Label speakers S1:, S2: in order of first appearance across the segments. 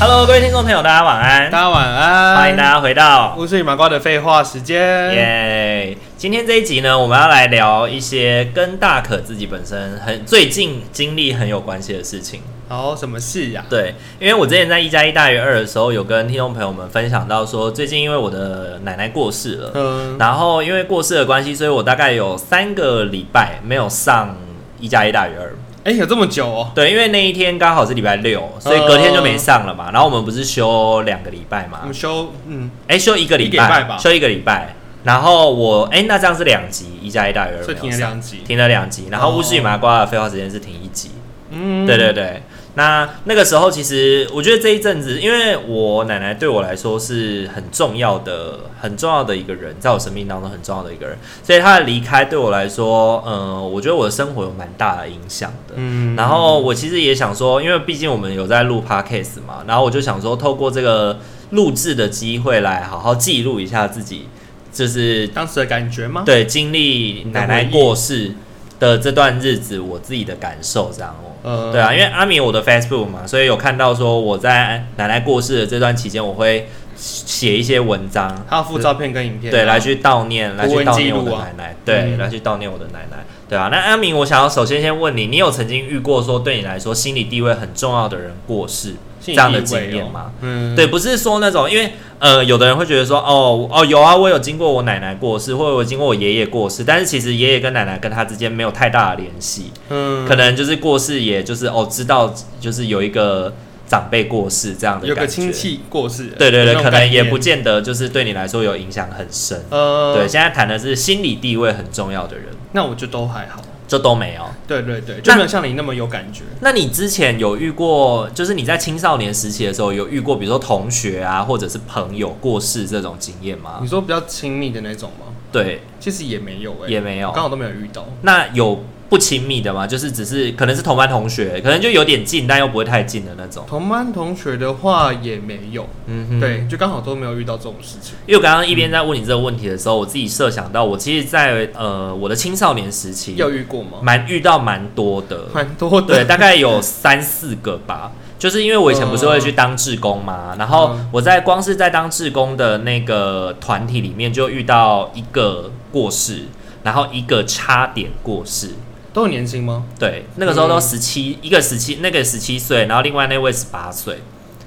S1: Hello，各位听众朋友，大家晚
S2: 大
S1: 安，
S2: 家晚安，
S1: 欢迎大
S2: 家。
S1: 家回到
S2: 我是与麻瓜的废话时间。
S1: 耶。今天这一集呢，我们要来聊一些跟大可自己本身很最近经历很有关系的事情。
S2: 好，什么事呀、
S1: 对，因为我之前在一加一大于二的时候，有跟听众朋友们分享到说，最近因为我的奶奶过世了，
S2: 嗯，
S1: 然后因为过世的关系，所以我大概有三个礼拜没有上一加一大于二。
S2: 哎、有这么久哦。
S1: 对，因为那一天刚好是礼拜六，所以隔天就没上了嘛。然后我们不是休两个礼拜嘛
S2: 我？们休，嗯，
S1: 哎、休一个礼
S2: 一个礼拜吧
S1: 休一个礼拜。然后我哎、那这样是两集，一加一大于二，
S2: 所以停了，两集。哦
S1: 停了两集。然后巫师与麻瓜的废话时间是停一集。
S2: 嗯，
S1: 对对对，那那个时候其实我觉得这一阵子，因为我奶奶对我来说是很重要的、很重要的一个人，在我生命当中很重要的一个人，所以她的离开对我来说，嗯、我觉得我的生活有蛮大的影响的。
S2: 嗯
S1: 然后我其实也想说，因为毕竟我们有在录 podcast 嘛，然后我就想说，透过这个录制的机会来好好记录一下自己，就是
S2: 当时的感觉吗？，
S1: 对经历奶奶过世的这段日子，我自己的感受这样哦。
S2: 呃
S1: 对啊，因为阿米有我的 Facebook 嘛，所以有看到说我在奶奶过世的这段期间，我会写一些文章，
S2: 他要附照片跟影片，啊
S1: 对，来去悼念，来
S2: 图
S1: 去
S2: 文
S1: 悼
S2: 记
S1: 念我
S2: 录
S1: 的
S2: 啊
S1: 奶奶，对，
S2: 嗯
S1: 来去悼念我的奶奶，对啊。那阿明，我想要首先先问你，你有曾经遇过说对你来说心理地位很重要的人过世这
S2: 信义
S1: 样的
S2: 地位
S1: 经验
S2: 哦
S1: 吗？？
S2: 嗯，
S1: 对，，不是说那种，因为呃，有的人会觉得说，哦哦，有啊，我有经过我奶奶过世，或者我经过我爷爷过世，但是其实爷爷跟奶奶跟他之间没有太大的联系，
S2: 嗯，
S1: 可能就是过世，也就是哦，知道就是有一个长辈过世这样的
S2: 有个
S1: 感觉
S2: 亲，戚过世了，
S1: 对对
S2: 有
S1: 对，
S2: 那种
S1: 可能
S2: 概
S1: 也
S2: 念
S1: 不，见得就是对你来说有影响很深。
S2: 呃，
S1: 对，，现在谈的是心理地位很重要的人，
S2: 那我就都还好。
S1: 这都没有。
S2: 对对对，就没有像你那么有感觉。
S1: 那你之前有遇过，就是你在青少年时期的时候有遇过，比如说同学啊，或者是朋友过世这种经验吗
S2: 你？说比较亲密的那种吗？
S1: 对，
S2: 其实也没有哎、
S1: 也没有
S2: 刚。好都没有遇到。
S1: 那有不亲密的吗？就是只是可能是同班同学，可能就有点近，但又不会太近的那种。
S2: 同班同学的话也没有，
S1: 嗯哼，
S2: 对，就刚好都没有遇到这种事情。
S1: 因为我刚刚一边在问你这个问题的时候，我自己设想到，我其实在，呃我的青少年时期，
S2: 有遇过吗？
S1: 蛮遇到蛮多的，
S2: 蛮多的，
S1: 嗯对，大概有三四个吧。就是因为我以前不是会去当志工嘛，然后我在光是在当志工的那个团体里面，就遇到一个过世，然后一个差点过世，
S2: 都很年轻吗？
S1: 对，那个时候都
S2: 嗯
S1: 十七、一个十七，那个十七岁，然后另外那位十八岁，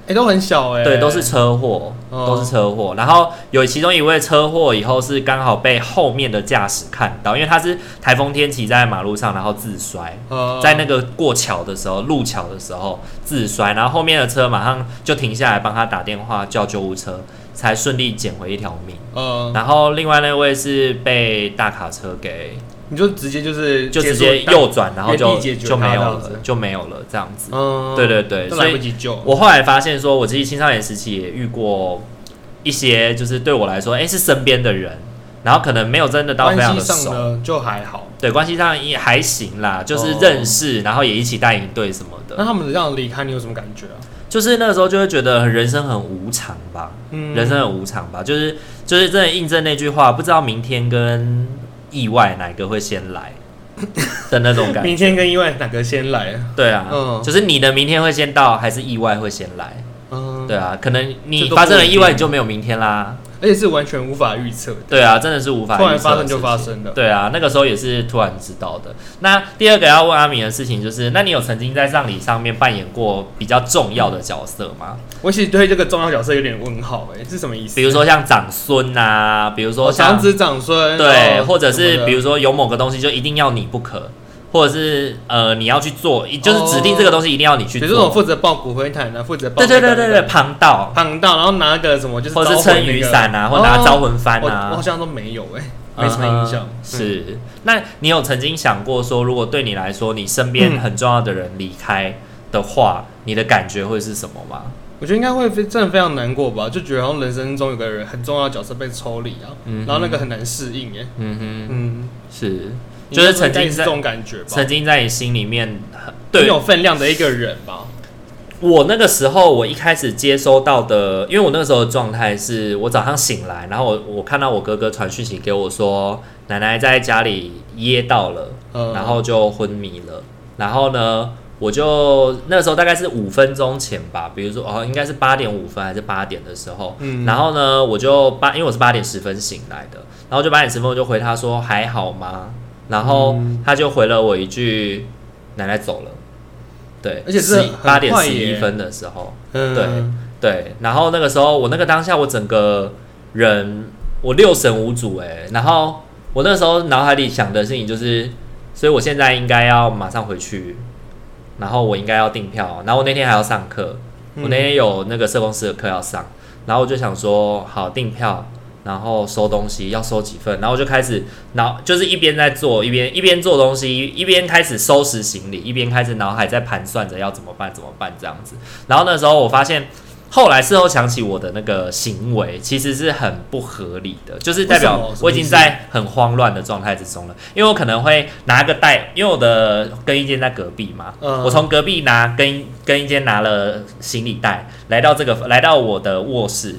S2: 哎、都很小哎、
S1: 对，都是车祸，
S2: 哦
S1: 都是车祸。然后有其中一位车祸以后是刚好被后面的驾驶看到，因为他是台风天骑在马路上，然后自摔，
S2: 呃
S1: 在那个过桥的时候，路桥的时候自摔，然后后面的车马上就停下来帮他打电话叫救护车，才顺利捡回一条命。
S2: 呃，
S1: 然后另外那位是被大卡车给
S2: 你就直接就是
S1: 就
S2: 结
S1: 直
S2: 束
S1: 接右转，然后
S2: 原
S1: 就
S2: 地解决
S1: 就没
S2: 它
S1: 有
S2: 这样
S1: 了
S2: 子，
S1: 就没有了这样子。
S2: 嗯，
S1: 对对对，
S2: 都
S1: 所
S2: 来
S1: 以
S2: 不及救。
S1: 我后来发现说，我其实青少年时期也遇过一些，就是对我来说，哎、是身边的人，然后可能没有真的到非
S2: 关
S1: 常
S2: 系
S1: 的
S2: 上
S1: 熟，
S2: 呢就还好，
S1: 对，关系上也还行啦，就是
S2: 哦
S1: 认识，然后也一起带营队什么
S2: 那
S1: 的，
S2: 他们这样离开你有什么感觉啊？
S1: 就是那个时候就会觉得人生很无常吧，
S2: 嗯，
S1: 人生很无常吧，就是就是真的印证那句话，不知道明天跟意外哪个会先 来的那种感
S2: 明
S1: 觉。
S2: 天跟意外哪个先来啊？
S1: 对啊，
S2: 嗯
S1: 就是你的明天会先到，还是意外会先来？
S2: 嗯，
S1: 对啊，可能你
S2: 这都不
S1: 发生了
S2: 一定
S1: 意外，你就没有明天啦。
S2: 而且是完全无法预测的，
S1: 对啊，真的是无法
S2: 突然
S1: 预测
S2: 发
S1: 的
S2: 生就
S1: 事
S2: 发
S1: 情。
S2: 生了。
S1: 对啊，那个时候也是突然知道的。那第二个要问阿敏的事情就是，那你有曾经在葬礼上面扮演过比较重要的角色吗？
S2: 我其实对这个重要角色有点问号、哎，是什么意思？
S1: 比如说像长孙啊，比如说
S2: 哦
S1: 像
S2: 长子长孙，
S1: 对，
S2: 哦
S1: 或者
S2: 什么
S1: 是
S2: 的
S1: 比如说有某个东西就一定要你不可，或者是呃你要去做，就是指定这个东西一定要你去
S2: 哦比如说我
S1: 做。
S2: 负责抱骨灰坛的，负责抱
S1: 对对对对对，
S2: 对，
S1: 旁道，
S2: 旁道，然后拿个什么就是
S1: 或者是
S2: 招魂
S1: 撑
S2: 那个哦
S1: 雨伞啊，或拿招魂幡
S2: 哦我我好
S1: 啊。
S2: 像都没有哎、没什么影响。
S1: 嗯是，那你有曾经想过说，如果对你来说，你身边
S2: 嗯
S1: 很重要的人离开的话，你的感觉会是什么吗？
S2: 我觉得应该会非真的非常难过吧，就觉得好像人生中有个人很重要的角色被抽离啊，
S1: 嗯哼
S2: 然后那个很难适应耶。
S1: 嗯
S2: 嗯，
S1: 哼，是，就是曾
S2: 应该
S1: 经
S2: 也是这
S1: 在
S2: 种感觉吧
S1: 曾，经在你心里面，很
S2: 很
S1: 对
S2: 有分量的一个人吧。
S1: 我那个时候，我一开始接收到的，因为我那个时候的状态是我早上醒来，然后我我看到我哥哥传讯息给我说，奶奶在家里噎到了，
S2: 嗯
S1: 然后就昏迷了。然后呢，我就那时候大概是五分钟前吧，比如说哦，应该是八点五分还是八点的时候，
S2: 嗯
S1: 然后呢，我就八，因为我是八点十分醒来的，然后就八点十分我就回他说还好吗？然后
S2: 嗯
S1: 他就回了我一句，奶奶走了。对，
S2: 而且是很
S1: 八点
S2: 快
S1: 十一
S2: 耶
S1: 分的时候，
S2: 嗯，
S1: 对，然后那个时候我那个当下我整个人我六神无主哎、然后我那时候脑海里想的事情就是，所以我现在应该要马上回去，然后我应该要订票，然后我那天还要上课，
S2: 嗯
S1: 我那天有那个社工师的课要上，然后我就想说好订票。然后收东西要收几份，然后我就开始脑就是一边在做一边一边做东西，一边开始收拾行李，一边开始脑海在盘算着要怎么办怎么办这样子。然后那时候我发现后来事后想起我的那个行为，其实是很不合理的，就是代
S2: 为什
S1: 表
S2: 么什么意思
S1: 我已经在很慌乱的状态之中了。因为我可能会拿一个袋，因为我的更衣间在隔壁嘛，
S2: 嗯
S1: 我从隔壁拿更衣更衣间拿了行李袋，来到这个来到我的卧室。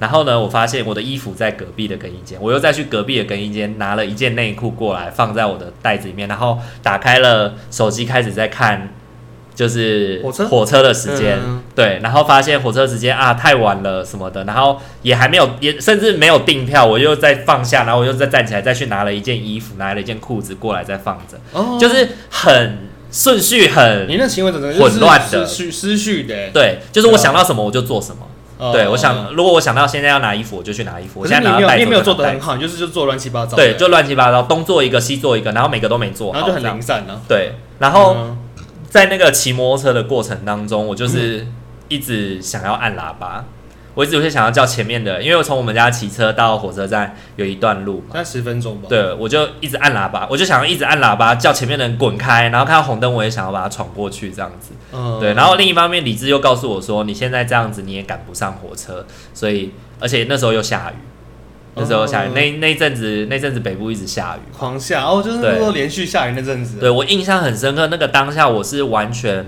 S1: 然后呢，我发现我的衣服在隔壁的更衣间，我又再去隔壁的更衣间拿了一件内裤过来，放在我的袋子里面，然后打开了手机，开始在看，就是
S2: 火车
S1: 火车的时间，
S2: 嗯
S1: 对，然后发现火车时间啊太晚了什么的，然后也还没有，也甚至没有订票，我又再放下，然后我又再站起来，再去拿了一件衣服，拿了一件裤子过来再放着，
S2: 哦，
S1: 就是很顺序很
S2: 你那行为整个就是
S1: 混乱的
S2: 失序失序的耶。
S1: 对，就是我想到什么我就做什么。
S2: 哦
S1: 对，我想如果我想到现在要拿衣服，我就去拿衣服。我
S2: 可
S1: 现
S2: 是
S1: 在
S2: 你
S1: 拿
S2: 没
S1: 到
S2: 有，
S1: 袋
S2: 你也
S1: 子，
S2: 没有做
S1: 的
S2: 的很好，你就是就做乱七八糟的。
S1: 对，就乱七八糟，东做一个西做一个，然后每个都没做好，
S2: 然后就很
S1: 这样
S2: 零散呢。
S1: 对，然后。
S2: 嗯
S1: 在那个骑摩托车的过程当中，我就是一直想要按喇叭，我一直有些想要叫前面的人，因为我从我们家骑车到火车站有一段路嘛，
S2: 大概十分钟吧。
S1: 对我就一直按喇叭，我就想要一直按喇叭叫前面的人滚开，然后看到红灯我也想要把它闯过去这样子，
S2: 嗯，
S1: 对，然后另一方面理智又告诉我说，你现在这样子你也赶不上火车，所以而且那时候又下雨，那时候下雨，
S2: 哦
S1: 那那一阵子那阵子北部一直下雨，
S2: 狂下哦，就是
S1: 对
S2: 说连续下雨那阵子，
S1: 对我印象很深刻，那个当下我是完全。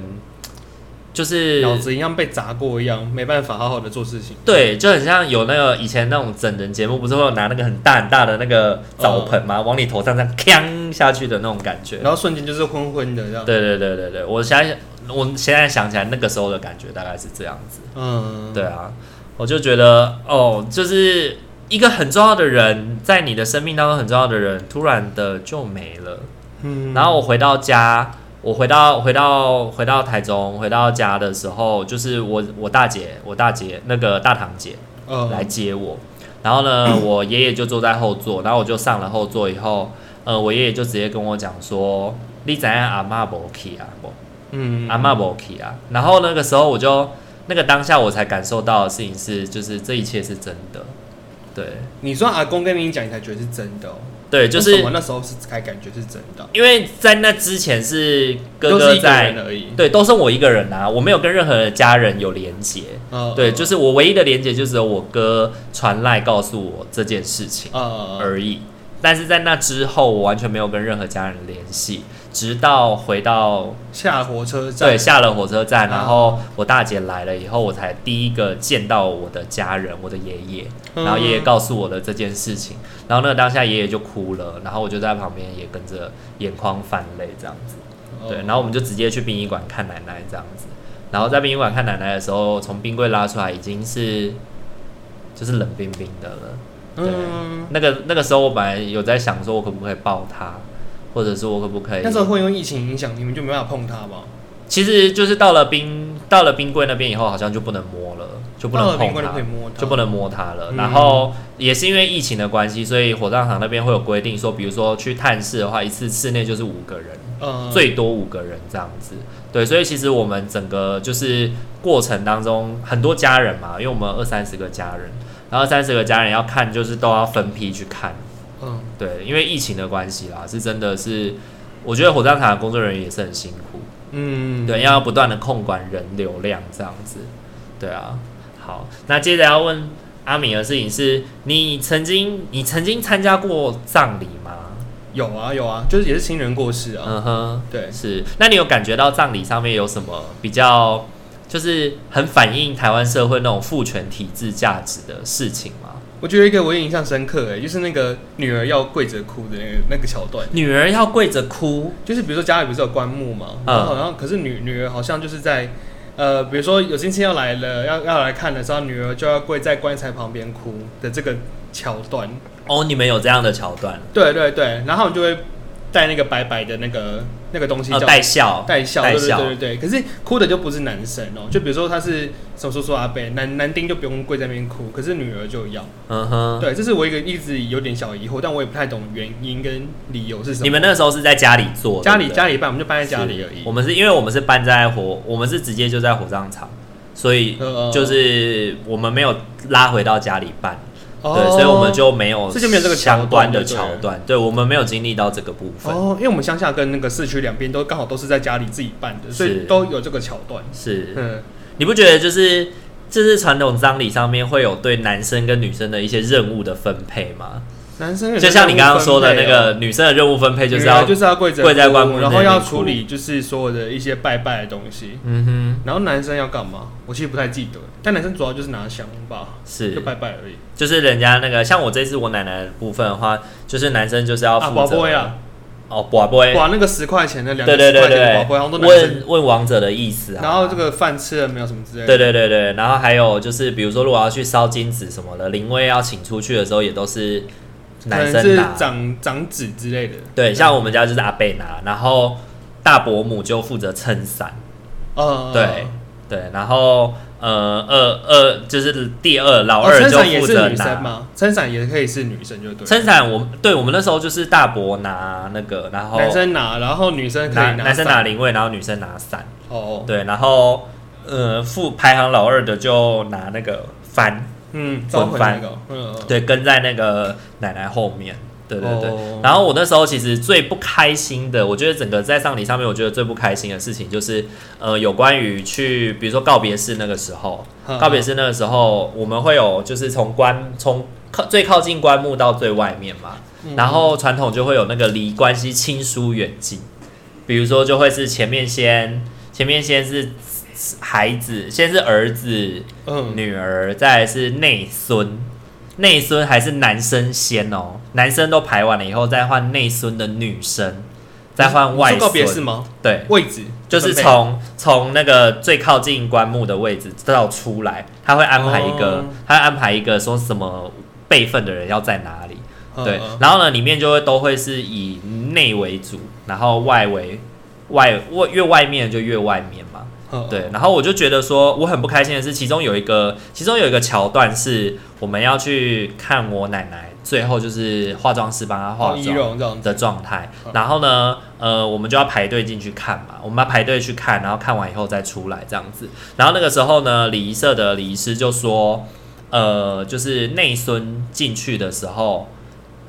S1: 就是
S2: 脑子一样被砸过一样，没办法好好的做事情。
S1: 对，就很像有那个以前那种整人节目，不是会有拿那个很大很大的那个澡盆吗？往你头上这样锵下去的那种感觉。
S2: 然后瞬间就是昏昏的这样。
S1: 对对对对对，我想想，我现在想起来那个时候的感觉大概是这样子。
S2: 嗯，
S1: 对啊，我就觉得哦，就是一个很重要的人，在你的生命当中很重要的人，突然的就没了。
S2: 嗯，
S1: 然后我回到家，我回到回到回到台中，回到家的时候，就是我我大姐，我大姐那个大堂姐。
S2: 嗯
S1: 来接我。然后呢，我爷爷就坐在后座，然后我就上了后座以后，呃，我爷爷就直接跟我讲说：“你怎样阿妈不去啊？不
S2: 嗯
S1: 阿妈不去啊？”然后那个时候我就那个当下我才感受到的事情是，就是这一切是真的，对
S2: 你说阿公跟你讲，你才觉得是真的哦。
S1: 对，就
S2: 为什么
S1: 是
S2: 那时候是才感觉是真的，哦
S1: 因为在那之前是哥
S2: 都是
S1: 哥
S2: 一个人
S1: 在。
S2: 而已。
S1: 对，都是我一个人啊，我没有跟任何的家人有连结。
S2: 嗯
S1: 对，就是我唯一的连结就只有我哥传赖告诉我这件事情。
S2: 呃，
S1: 而已。但是在那之后，我完全没有跟任何家人联系，直到回到
S2: 下火车站，
S1: 对下了火车站，
S2: 啊
S1: 然后我大姐来了以后，我才第一个见到我的家人，我的爷爷，
S2: 嗯
S1: 然后爷爷告诉我的这件事情，然后那个当下爷爷就哭了，然后我就在旁边也跟着眼眶泛泪这样子，
S2: 哦
S1: 对，然后我们就直接去殡仪馆看奶奶这样子，然后在殡仪馆看奶奶的时候，从冰柜拉出来已经是就是冷冰冰的了。对
S2: 嗯，
S1: 那个那个时候，我本来有在想说，我可不可以抱他，或者是我可不可以？
S2: 嗯那时候会因为疫情影响，你们就没办法碰它吧？
S1: 其实就是到了冰到了冰柜那边以后，好像就不能摸了，就不
S2: 到
S1: 能
S2: 了冰
S1: 碰
S2: 柜就可以
S1: 它，
S2: 摸它，
S1: 就不能摸它了。
S2: 嗯
S1: 然后也是因为疫情的关系，所以火葬场那边会有规定说，比如说去探视的话，一次室内就是五个人，
S2: 呃
S1: 最多五个人这样子。对，所以其实我们整个就是过程当中，很多家人嘛，因为我们二三十个家人，然后三十个家人要看，就是都要分批去看。
S2: 嗯，
S1: 对，因为疫情的关系啦，是真的是，我觉得火葬场的工作人员也是很辛苦，
S2: 嗯，
S1: 对，要不断的控管人流量这样子，对啊。好，那接着要问阿敏的事情是，你曾经你曾经参加过葬礼吗？
S2: 有啊有啊，就是也是亲人过世啊，
S1: 嗯哼，
S2: 对，
S1: 是。那你有感觉到葬礼上面有什么比较，就是很反映台湾社会那种父权体制价值的事情吗？
S2: 我觉得一个我也印象深刻诶、就是那个女儿要跪着哭的那个那个桥段，
S1: 女儿要跪着哭，
S2: 就是比如说家里不是有棺木嘛，
S1: 嗯
S2: 然后好像可是女女儿好像就是在。呃，比如说有亲戚要来了，要要来看的时候，女儿就要跪在棺材旁边哭的这个桥段，
S1: 哦，你们有这样的桥段，
S2: 对对对，然后他们就会带那个白白的那个那个东西
S1: 呃，
S2: 叫
S1: 带笑，
S2: 带笑，
S1: 带
S2: 对对
S1: 笑，
S2: 对对对。可是哭的就不是男生哦，就比如说他是什么叔叔阿伯，男男丁就不用跪在那边哭，可是女儿就要。
S1: 嗯哼，
S2: 对，这是我一个一直有点小疑惑，但我也不太懂原因跟理由是什么。
S1: 你们那时候是在家里做，
S2: 家里
S1: 对不对
S2: 家里办，我们就搬在家里而
S1: 是
S2: 已
S1: 我。们是因为我们是搬在火，我们是直接就在火葬场，所以
S2: 呃
S1: 就是我们没有拉回到家里办，
S2: 哦
S1: 对，所以我们就没有
S2: 这就没有这个桥
S1: 相关的
S2: 段就对
S1: 桥
S2: 了
S1: 段，对我们没有经历到这个部分。
S2: 哦，因为我们乡下跟那个市区两边都刚好都是在家里自己办的，所
S1: 是
S2: 以都有这个桥段。
S1: 是，
S2: 嗯，
S1: 你不觉得就是就是传统葬礼上面会有对男生跟女生的一些任务的分配吗？
S2: 男生也
S1: 就是像你刚刚
S2: 嗯分
S1: 说的那
S2: 配哦
S1: 个女生的任务分配，就是
S2: 女儿
S1: 要，
S2: 就是要跪着
S1: 跪在棺木
S2: 哭
S1: 那
S2: 然后
S1: 边
S2: 要
S1: 哭
S2: 处理就是所有的一些拜拜的东西。
S1: 嗯
S2: 然后男生要干嘛？我其实不太记得，但男生主要就是拿香吧
S1: 哼，，。
S2: 就是拜拜而已。
S1: 就是人家那个，像我这次我奶奶的部分的话，就是男生就是要
S2: 啊，
S1: 负
S2: 宝
S1: 责、
S2: 贝啊，
S1: 哦，寡不会，
S2: 把那个十块钱的两
S1: 对
S2: 个
S1: 对
S2: 十
S1: 对
S2: 块钱的
S1: 对
S2: 宝贝，好像都
S1: 对，
S2: 男生。
S1: 问问王者的意思啊。
S2: 然后这个饭吃了没有什么之类的。
S1: 对对对对，然后还有就是，比如说如果要去烧金纸什么的，灵位要请出去的时候，也都是男
S2: 可能
S1: 生
S2: 是
S1: 拿。
S2: 长长子之类的。
S1: 对，像我们家就是阿贝拿，然后大伯母就负责撑伞。
S2: 呃，
S1: 对对，然后呃二二就是第二老
S2: 哦，
S1: 二
S2: 撑
S1: 就
S2: 伞也
S1: 负责
S2: 是女生
S1: 拿。
S2: 吗？撑伞也可以是女生，就对。
S1: 撑伞，我们对我们那时候就是大伯拿那个，然后
S2: 男生拿，然后女生可以
S1: 哦男男生拿
S2: 伞
S1: 灵位，然后女生拿伞。
S2: 哦，
S1: 对，然后呃，副排行老二的就拿那个帆，
S2: 嗯，招魂那
S1: 滚
S2: 个，嗯，嗯，
S1: 对，跟在那个奶奶后面。对对对。
S2: 哦
S1: 然后我那时候其实最不开心的，我觉得整个在葬礼上面，我觉得最不开心的事情就是，呃，有关于去，比如说告别式那个时候，
S2: 嗯
S1: 告别式那个时候，我们会有就是从棺从靠最靠近棺木到最外面嘛，
S2: 嗯
S1: 然后传统就会有那个离关系亲疏远近，比如说就会是前面先前面先是孩子，先是儿子、
S2: 嗯，
S1: 女儿，再来是内孙，内孙还是男生先哦，男生都排完了以后再换内孙的女生，再换
S2: 你
S1: 外
S2: 说告别式
S1: 孙，
S2: 吗？
S1: 对，
S2: 位置
S1: 就是
S2: 分配
S1: 从从那个最靠近棺木的位置到出来，他会安排一个，
S2: 哦
S1: 他会安排一个说什么辈分的人要在哪里，
S2: 嗯
S1: 对
S2: 嗯，
S1: 然后呢，里面就会都会是以内为主，然后外为外外越外面就越外面嘛，
S2: 嗯
S1: 对，然后我就觉得说，我很不开心的是，其中有一个，其中有一个桥段是我们要去看我奶奶，最后就是化妆师帮她化
S2: 哦，仪
S1: 妆，
S2: 容这样子，
S1: 的状态
S2: 嗯。
S1: 然后呢，呃，我们就要排队进去看嘛，我们要排队去看，然后看完以后再出来这样子。然后那个时候呢，礼仪社的礼仪师就说，呃，就是内孙进去的时候，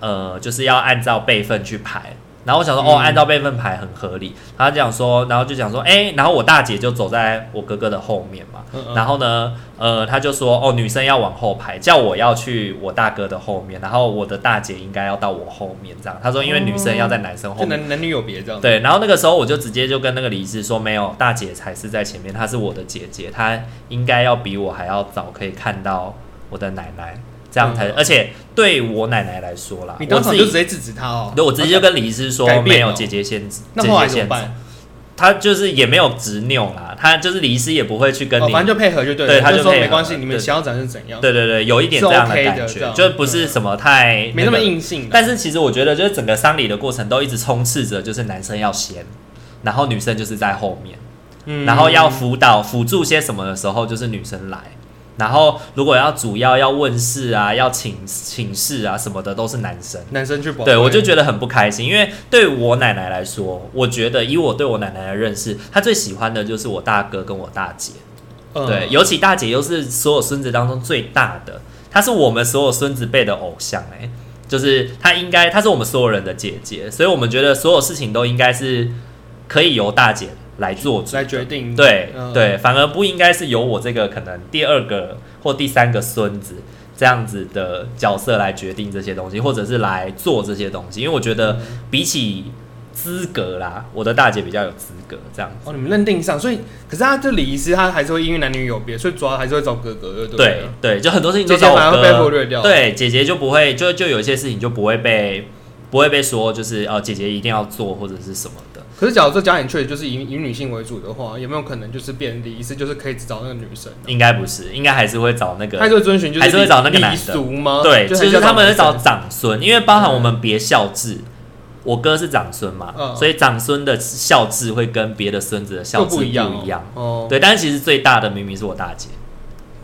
S1: 呃，就是要按照辈分去排。然后我想说，哦，
S2: 嗯
S1: 按照辈分排很合理。然后讲说，然后就讲说，哎、然后我大姐就走在我哥哥的后面嘛。
S2: 嗯嗯
S1: 然后呢，呃，他就说，哦，女生要往后排，叫我要去我大哥的后面，然后我的大姐应该要到我后面这样。他说，因为女生要在男生后
S2: 哦就
S1: 面。
S2: 男男女有别这样。，
S1: 对，然后那个时候我就直接就跟那个李师说，没有，大姐才是在前面，她是我的姐姐，她应该要比我还要早可以看到我的奶奶，这样才，
S2: 嗯
S1: 而且对我奶奶来说啦，
S2: 你
S1: 我
S2: 当场
S1: 自
S2: 就直
S1: 己，
S2: 接制止他哦。
S1: 对我直接就跟李师说
S2: 改，变
S1: 没有
S2: 哦
S1: 姐姐先，姐
S2: 那后来
S1: 姐
S2: 怎么
S1: 先，
S2: 办？
S1: 她就是也没有执拗啦，她就是李师也不会去跟
S2: 哦，
S1: 你
S2: 反正就配合就对了。
S1: 对他就
S2: 就说
S1: 配合
S2: 没关系，
S1: 了
S2: 你
S1: 对
S2: 们想要怎样就怎样，
S1: 对对对，有一点这样的感觉，
S2: 是 OK 的这样啊
S1: 就不是什么太、
S2: 没那么
S1: 个。
S2: 硬性啊。
S1: 但是其实我觉得，就是整个丧礼的过程都一直充斥着，就是男生要先，然后女生就是在后面，
S2: 嗯
S1: 然后要辅导辅助些什么的时候，就是女生来。然后如果要主要要问事啊，要请请示啊什么的，都是男生。
S2: 男生去保卫，
S1: 对，我就觉得很不开心，因为对我奶奶来说，我觉得以我对我奶奶的认识，她最喜欢的就是我大哥跟我大姐。
S2: 嗯
S1: 对，尤其大姐又是所有孙子当中最大的，她是我们所有孙子辈的偶像哎、就是她应该她是我们所有人的姐姐，所以我们觉得所有事情都应该是可以由大姐来做主的
S2: 来决定。
S1: 对、
S2: 嗯
S1: 对，反而不应该是由我这个可能第二个或第三个孙子这样子的角色来决定这些东西，或者是来做这些东西。因为我觉得比起资格啦，我的大姐比较有资格这样。
S2: 哦，你们认定上，所以可是他这礼仪师他还是会因为男女有别，所以主要还是会找哥哥，对
S1: 对
S2: 不对？啊
S1: 对，就很多事情都
S2: 姐姐
S1: 找
S2: 反而
S1: 我
S2: 会被忽略
S1: 哥。
S2: 掉
S1: 对，姐姐就不会，就就有一些事情就不会被不会被说，就是呃，姐姐一定要做或者是什么的。
S2: 可是假如这家庭确实就是以以女性为主的话，有没有可能就是变礼仪师就是可以只找那个女生？啊
S1: 应该不是，应该还是会找那个
S2: 他就会遵循就是
S1: 还是会找那个
S2: 礼
S1: 男
S2: 礼
S1: 的
S2: 俗吗？
S1: 对，
S2: 就
S1: 就
S2: 还
S1: 是
S2: 要嗯
S1: 他们是
S2: 男生
S1: 找长孙，因为包含我们别校制，我哥是长孙嘛，
S2: 嗯
S1: 所以长孙的校制会跟别的孙子的校
S2: 就
S1: 制
S2: 不一样哦
S1: 不一样。
S2: 哦。
S1: 对，但是其实最大的明明是我大姐，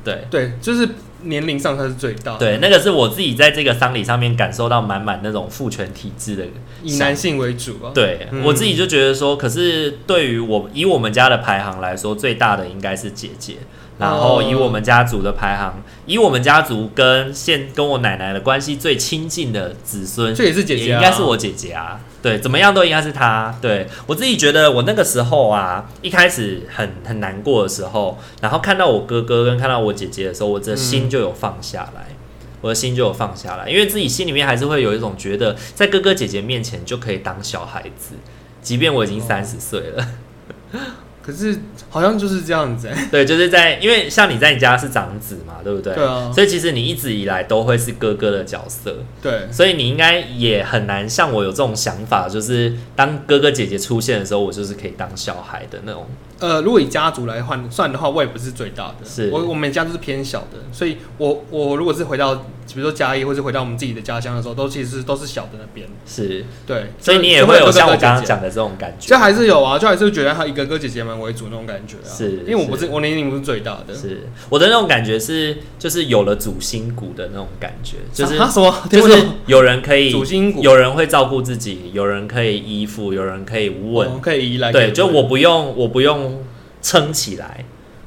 S1: 对
S2: 对，就是年龄上他是最大，，
S1: 对，那个是我自己在这个丧礼上面感受到满满那种父权体制的
S2: 以男性为主啊。
S1: 对、
S2: 嗯
S1: 我自己就觉得说，可是对于我以我们家的排行来说，最大的应该是姐姐。然后
S2: 哦
S1: 以我们家族的排行，以我们家族跟现跟我奶奶的关系最亲近的子孙，
S2: 这也是姐姐啊
S1: 应该是我姐姐啊。对，怎么样都应该是她。对我自己觉得，我那个时候啊，一开始很很难过的时候，然后看到我哥哥跟看到我姐姐的时候，我的心
S2: 嗯
S1: 就有放下来。我的心就有放下来，因为自己心里面还是会有一种觉得，在哥哥姐姐面前就可以当小孩子，即便我已经三十岁了。
S2: 可是好像就是这样子、欸，
S1: 对，就是在因为像你在你家是长子嘛，对不对？
S2: 对啊
S1: 所以其实你一直以来都会是哥哥的角色，
S2: 对，
S1: 所以你应该也很难像我有这种想法，就是当哥哥姐姐出现的时候，我就是可以当小孩的那种。
S2: 呃，如果以家族来换算的话，我也不是最大的，
S1: 是
S2: 我我们家都是偏小的，所以我我如果是回到比如说嘉义，或是回到我们自己的家乡的时候，都其实是都是小的那边，
S1: 是，
S2: 对，
S1: 所以你也
S2: 就
S1: 会有
S2: 哥哥
S1: 像我
S2: 姐姐
S1: 刚刚，讲的这种感觉。
S2: 就还是有啊，就还是觉得他以哥哥姐姐们为主那种感觉啊，
S1: 是
S2: 因为我不是
S1: 是
S2: 我年龄不是最大的，
S1: 是我的那种感觉是，就是有了主心骨的那种感觉，就是
S2: 啊、啊什么
S1: 就
S2: 听
S1: 是
S2: 不懂
S1: 有人可以
S2: 主心骨
S1: 有人会照顾自己，有人可以依附，有人可以稳
S2: 哦可以依赖，可以
S1: 对，
S2: 稳
S1: 就我不用，我不用撑起来，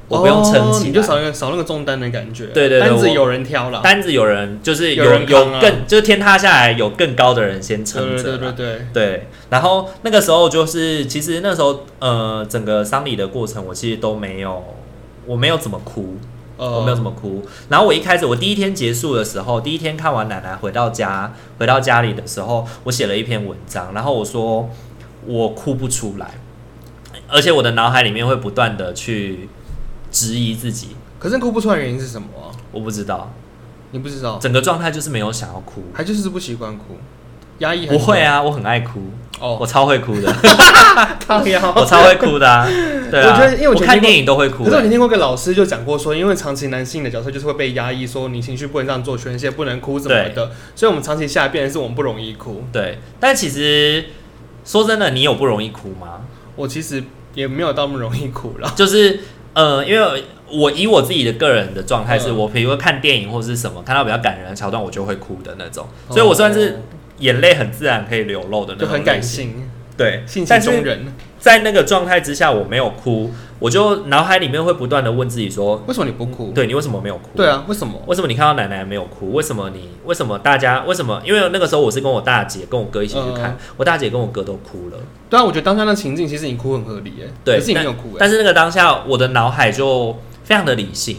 S1: 我不用撑
S2: 哦，
S1: 起
S2: 你就
S1: 来。
S2: 少那个少那个重担的感觉，
S1: 对对对
S2: 单子
S1: 我
S2: 有人挑了，
S1: 单子有人就是有
S2: 有人
S1: 有
S2: 扛啊
S1: 更就是天塌下来有更高的人先
S2: 对
S1: 撑
S2: 对
S1: 着
S2: 对对
S1: 啦，
S2: 对，
S1: 对。然后那个时候就是，其实那时候呃，整个丧礼的过程，我其实都没有，我没有怎么哭，
S2: 呃
S1: 我没有怎么哭。然后我一开始，我第一天结束的时候，第一天看完奶奶回到家，回到家里的时候，我写了一篇文章，然后我说我哭不出来，而且我的脑海里面会不断的去质疑自己，
S2: 可是哭不出来的原因是什么啊？
S1: 我不知道，
S2: 你不知道，
S1: 整个状态就是没有想要哭。
S2: 还就是不习惯哭，压抑
S1: 不会
S2: 啊，
S1: 啊，我很爱哭，我
S2: 哦，
S1: 超会哭的，
S2: 抗压。
S1: 我超会哭的 啊。对啊，
S2: 我觉得因为我
S1: 我
S2: 觉得
S1: 看电影都会哭欸
S2: 可是我以前
S1: 的。
S2: 听过一个老师就讲过说，因为长期男性的角色就是会被压抑，说你情绪不能这样做宣泄，不能哭什么的，所以我们长期下来变成是我们不容易哭。
S1: 对，但其实说真的，你有不容易哭吗？
S2: 我其实也没有到那么容易哭了，
S1: 就是呃，因为我以我自己的个人的状态，是
S2: 嗯
S1: 我比如说看电影或是什么，看到比较感人的桥段，我就会哭的那种，
S2: 哦
S1: 所以我算是眼泪很自然可以流露的那
S2: 就
S1: 种，
S2: 很感。性，
S1: 对，
S2: 性情
S1: 但
S2: 中
S1: 是
S2: 人。
S1: 在那个状态之下，我没有哭，我就脑海里面会不断的问自己说，
S2: 为什么你不哭？
S1: 对你为什么没有哭？
S2: 对啊，为什么？
S1: 为什么你看到奶奶没有哭？为什么你？为什么大家？为什么？因为那个时候我是跟我大姐跟我哥一起去看，
S2: 嗯
S1: 我大姐跟我哥都哭了。
S2: 对啊，我觉得当下那情境其实你哭很合理耶，
S1: 对，
S2: 可是你没有
S1: 但
S2: 哭哎，
S1: 但是那个当下，我的脑海就非常的理性，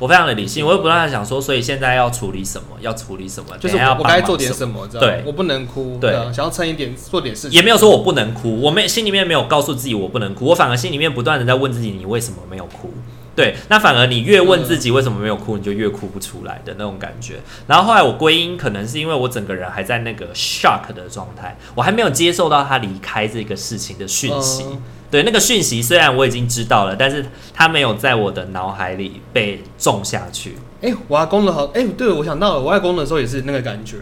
S1: 我非常的理
S2: 嗯
S1: 性，我会不断的想说，所以现在要处理什么，要处理什么，
S2: 就
S1: 等
S2: 是
S1: 一下要
S2: 我我该做
S1: 帮忙
S2: 点
S1: 什么。
S2: 什么，知道吗
S1: 对
S2: 我不能哭，
S1: 对
S2: 啊想要撑一点，做点事情，
S1: 也没有说我不能哭，我没心里面没有告诉自己我不能哭，我反而心里面不断的在问自己，你为什么没有哭？对，那反而你越问自己为什么没有哭，你就越哭不出来的那种感觉。然后后来我归因，可能是因为我整个人还在那个 shock 的状态，我还没有接受到他离开这个事情的讯息。
S2: 嗯
S1: 对，那个讯息虽然我已经知道了，但是它没有在我的脑海里被种下去。
S2: 哎、我阿公的好，哎、对我想到了，我外公的时候也是那个感觉，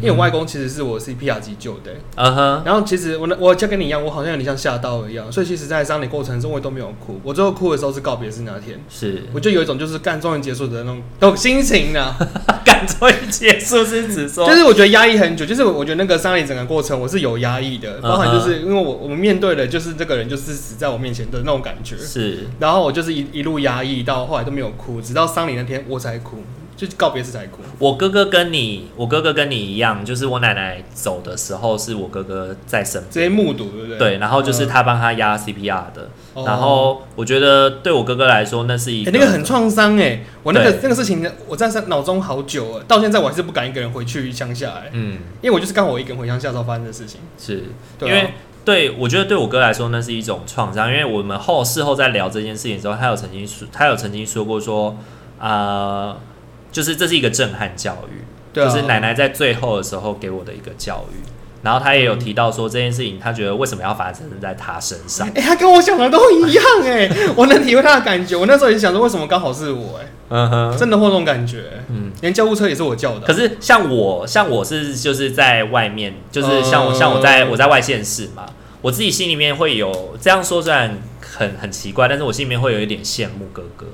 S2: 因为我外公其实是我 CPR 急救的、
S1: 嗯哼，
S2: 然后其实我那我就跟你一样，我好像有点像吓到了一样，所以其实，在丧礼过程中我也都没有哭，我最后哭的时候是告别式那天，
S1: 是
S2: 我就有一种就是干终于结束的那种那种心情啊，
S1: 感终于结束是指说，
S2: 就是我觉得压抑很久，就是我觉得那个丧礼整个过程我是有压抑的，
S1: 嗯
S2: 包含就是因为我我们面对的就是这个人就是死在我面前的那种感 觉，
S1: 是
S2: 然后我就是一一路压抑到后来都没有哭，直到丧礼那天我才哭，就告别式才哭。
S1: 我哥哥跟你，我哥哥跟你一样，就是我奶奶走的时候是我哥哥在身边，
S2: 直接目睹，对不对？哎
S1: 对，然后就是他帮他压 CPR 的，
S2: 嗯，
S1: 然
S2: 哦
S1: 后我觉得对我哥哥来说那是一
S2: 哎、
S1: 个、
S2: 那个很创伤哎，我那
S1: 对
S2: 个那个事情，哎我在脑中好久了，到现在我还是不敢一个人回去乡下哎、
S1: 嗯
S2: 因为我就是刚好我一个人回乡下时候发生的事情，
S1: 是，
S2: 对
S1: 因
S2: 啊
S1: 为对我觉得对我哥来说，那是一种创伤。因为我们后事后在聊这件事情的时候，他有曾经说，他有曾经说过说，呃，就是这是一个震撼教育，
S2: 对啊，
S1: 就是奶奶在最后的时候给我的一个教育。然后他也有提到说这件事情，他觉得为什么要发生在他身上？
S2: 哎、他跟我想的都一样哎、我能体会他的感觉。我那时候也想说，为什么刚好是我哎、
S1: 嗯哼，
S2: 真的会有那种感觉，
S1: 嗯。
S2: 连救护车也是我叫的。
S1: 可是像我，像我是就是在外面，就是像我、
S2: 嗯
S1: 像我在我在外县市嘛，我自己心里面会有这样说，虽然很很奇怪，但是我心里面会有一点羡慕哥哥。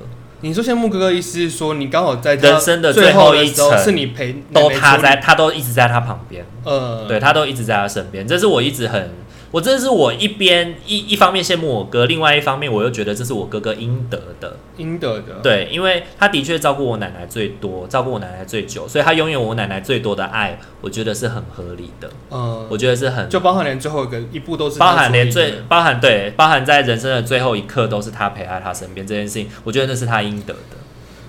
S2: 你说羡慕哥哥意思是说，你刚好在他
S1: 人生的最
S2: 最
S1: 后
S2: 后
S1: 一
S2: 的时候
S1: 程
S2: 是你陪
S1: 都
S2: 奶奶
S1: 他
S2: 处理
S1: 在，他都一直在他旁边，
S2: 呃
S1: 对他都一直在他身边。这是我一直很，我这是我一边一一方面羡慕我哥，另外一方面我又觉得这是我哥哥应得的，
S2: 应得的，
S1: 对，因为他的确照顾我奶奶最多，照顾我奶奶最久，所以他拥有我奶奶最多的爱，我觉得是很合理的，
S2: 呃，
S1: 我觉得是很
S2: 就包含连最后一个一步都是他
S1: 包含连
S2: 处理的
S1: 最包含对包含在人生的最后一刻都是他陪在他身边这件事情，我觉得那是他应得的，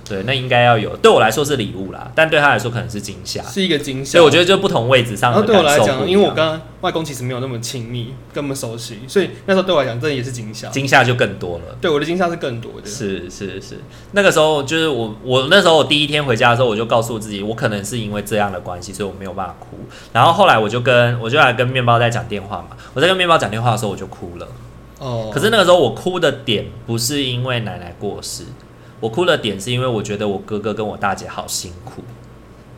S1: 对，那应该要有，对我来说是礼物啦，但对他来说可能是惊吓。
S2: 是一个惊吓。
S1: 所以我觉得就不同位置上
S2: 然
S1: 的
S2: 后
S1: 感受
S2: 哦对我来
S1: 不
S2: 讲，
S1: 一
S2: 因为我
S1: 样
S2: 跟他外公其实没有那么亲密，跟我们熟悉，所以那时候对我来讲，真的也是惊吓。
S1: 惊吓就更多了。
S2: 对我啊的惊吓是更多的，
S1: 是是是，那个时候就是我，我那时候我第一天回家的时候，我就告诉自己，我可能是因为这样的关系，所以我没有办法哭。然后后来我就跟我就来跟面包在讲电话嘛，我在跟面包讲电话的时候我就哭了。
S2: 哦，
S1: 可是那个时候我哭的点不是因为奶奶过世，我哭的点是因为我觉得我哥哥跟我大姐好辛苦。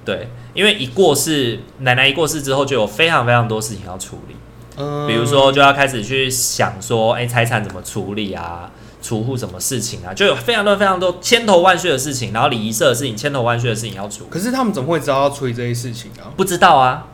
S1: 对，因为一过世，奶奶一过世之后，就有非常非常多事情要处理。
S2: 嗯
S1: 比如说就要开始去想说，哎、财产怎么处理啊，储户什么事情啊，就有非常多非常多千头万绪的事情，然后礼仪社的事情，千头万绪的事情要处理，
S2: 可是他们怎么会知道要处理这些事情啊？
S1: 不知道啊，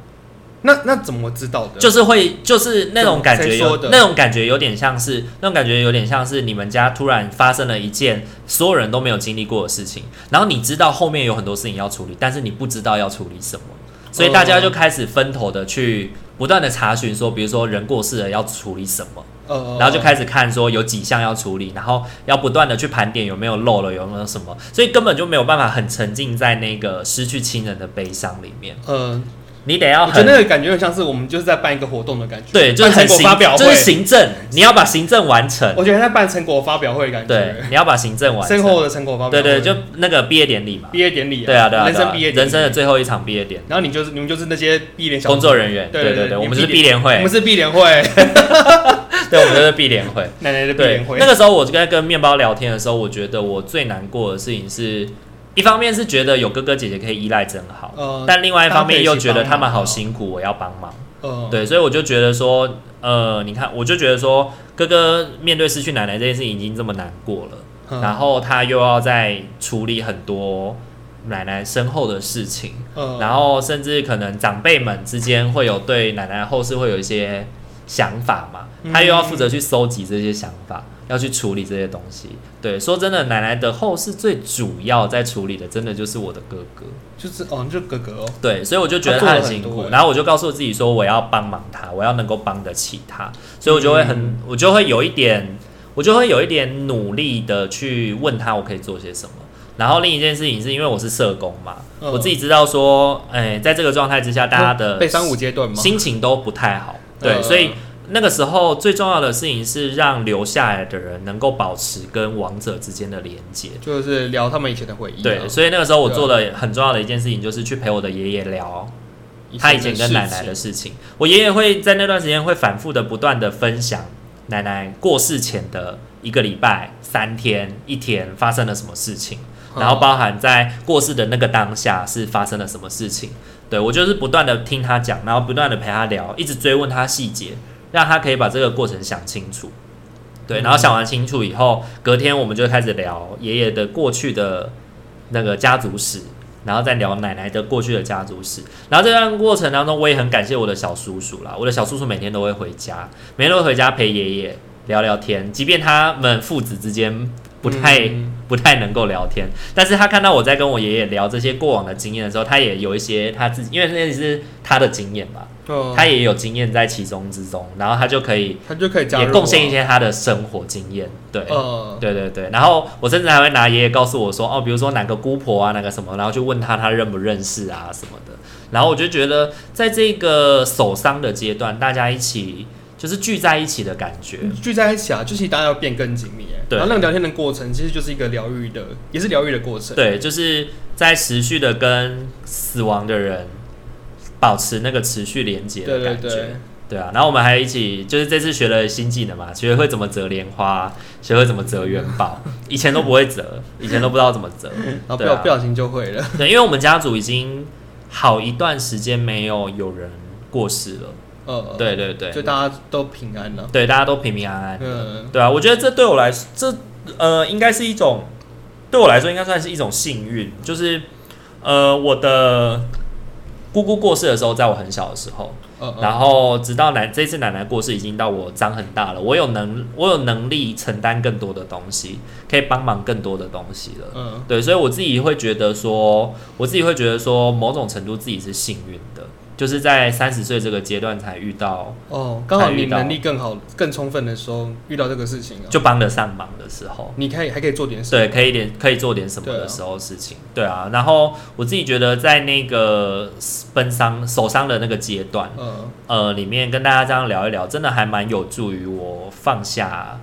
S2: 那那怎么知道的？
S1: 就是会就是那种感觉
S2: 谁说
S1: 有
S2: 的
S1: 那种感觉有点像是那种感觉有点像是你们家突然发生了一件所有人都没有经历过的事情，然后你知道后面有很多事情要处理，但是你不知道要处理什么。所以大
S2: 哦
S1: 家就开始分头的去不断的查询，说，比如说人过世了要处理什么，
S2: 呃，
S1: 然后就开始看说有几项要处理，然后要不断的去盘点有没有漏了，有没有什么，所以根本就没有办法很沉浸在那个失去亲人的悲伤里面。
S2: 呃，
S1: 你得要
S2: 我觉
S1: 很
S2: 得那个感觉很像是我们就是在办一个活动的感觉，
S1: 对，就是很
S2: 办成
S1: 行
S2: 果发表，
S1: 就是
S2: 会，
S1: 行政，你要把行政完成，
S2: 我觉得在办成果发表会的感
S1: 对
S2: 觉，，
S1: 你要把行政完
S2: 生
S1: 成，
S2: 活的成果发
S1: 对
S2: 表会，
S1: 对，就那个毕业典礼嘛，
S2: 毕业典礼，
S1: 对啊对啊，
S2: 人
S1: 对啊
S2: 生毕业典礼
S1: 人生的，最后一场毕业典礼，
S2: 然后你就是你们就是那些毕业典礼小
S1: 工作人员，
S2: 对
S1: 对
S2: 对
S1: 对，
S2: 对
S1: 我们
S2: 你
S1: 是
S2: 毕
S1: 毕联
S2: 我
S1: 会
S2: 们，是毕 联会，
S1: 对，我们就是毕联会。
S2: 奶奶的毕
S1: 对
S2: 联，会
S1: 那，个时候我在跟面包聊天的时候，我觉得我最难过的事情是，一方面是觉得有哥哥姐姐可以依赖真好，
S2: 呃
S1: 但另外一方面又觉得他们好
S2: 心，
S1: 辛苦，我要帮忙。
S2: 呃，
S1: 对，所以我就觉得说，呃，你看，我就觉得说，哥哥面对失去奶奶这件事情已经这么难过了，
S2: 嗯，
S1: 然后他又要再处理很多奶奶身后的事情，
S2: 呃，
S1: 然后甚至可能长辈们之间会有对奶奶后事会有一些想法嘛，
S2: 嗯
S1: 他又要负责去搜集这些想法，要去处理这些东西。对，说真的，奶奶的后事最主要在处理的，真的就是我的哥哥。
S2: 就是哦，就哥哥哦，
S1: 对，所以我就觉得
S2: 他做
S1: 他
S2: 了
S1: 很
S2: 很
S1: 辛
S2: 多
S1: 苦，
S2: 欸
S1: 然后我就告诉自己说，我要帮忙他，我要能够帮得起他，所以我就会很，
S2: 嗯
S1: 我就会有一点，我就会有一点努力的去问他，我可以做些什么。然后另一件事情是因为我是社工嘛，
S2: 嗯
S1: 我自己知道说，哎、在这个状态之下，大家的
S2: 悲伤五阶段吗？
S1: 心情都不太好，对，
S2: 呃
S1: 所以那个时候最重要的事情是让留下来的人能够保持跟亡者之间的连接。
S2: 就是聊他们以前的回忆啊，
S1: 对，所以那个时候我做了很重要的一件事情，就是去陪我的爷爷聊他以前跟奶奶的
S2: 事
S1: 事情。我爷爷会在那段时间会反复的、不断的分享奶奶过世前的一个礼拜、三天、一天发生了什么事情，
S2: 嗯
S1: 然后包含在过世的那个当下是发生了什么事情。对我就是不断的听他讲，然后不断的陪他聊，一直追问他细节，让他可以把这个过程想清楚。对，然后想完清楚以后，隔天我们就开始聊爷爷的过去的那个家族史，然后再聊奶奶的过去的家族史。然后这段过程当中，我也很感谢我的小叔叔啦，我的小叔叔每天都会回家，每天都会回家陪爷爷聊聊天，即便他们父子之间不太、
S2: 嗯
S1: 不太能够聊天。但是他看到我在跟我爷爷聊这些过往的经验的时候，他也有一些他自己，因为那是他的经验嘛，
S2: 哦
S1: 他也有经验在其中之中，然后他就可以
S2: 他就可以加入
S1: 也
S2: 我
S1: 贡献一，些他的生活经验。对，
S2: 呃，
S1: 对对对，然后我甚至还会拿爷爷告诉我说，哦，比如说哪个姑婆啊，哪个什么，然后就问他他认不认识啊什么的。然后我就觉得，在这个守丧的阶段，大家一起就是聚在一起的感觉，
S2: 聚在一起啊，就其实大家要变更紧密耶。欸
S1: 对
S2: 然后那个聊天的过程，其实就是一个疗愈的，也是疗愈的过程。
S1: 对，就是在持续的跟死亡的人保持那个持续连接的
S2: 对对
S1: 感觉。
S2: 对，
S1: 对啊，然后我们还一起，就是这次学了新技能嘛，学会怎么折莲花，学会怎么折元宝， 以前都不会折，以前都不知道怎么折，
S2: 然后不
S1: 对
S2: 小
S1: 啊
S2: 不小心就会了。
S1: 对，因为我们家族已经好一段时间没有有人过世了。
S2: 呃，，
S1: 对对对
S2: 就，大家都平安了。
S1: 对，大家都平平安安。
S2: 嗯，
S1: 对啊，我觉得这对我来说，这呃，应该是一种对我来说应该算是一种幸运，就是呃，我的姑姑过世的时候，在我很小的时候，
S2: 呃，呃
S1: 然后直到奶这次奶奶过世，已经到我长很大了，我有能我有能力承担更多的东西，可以帮忙更多的东西了。
S2: 嗯，
S1: 对，所以我自己会觉得说，我自己会觉得说，某种程度自己是幸运的，就是在三十岁这个阶段才遇到，
S2: 哦，刚好
S1: 还
S2: 你
S1: 遇到
S2: 能力更好、更充分的时候，遇到这个事情啊，
S1: 就帮得上忙的时候，
S2: 你可以还可以做点什么。
S1: 对，可以点可以做点什么的时候事情，对啊。然后我自己觉得在那个奔丧手伤的那个阶段，
S2: 呃，
S1: 呃，里面跟大家这样聊一聊，真的还蛮有助于我放下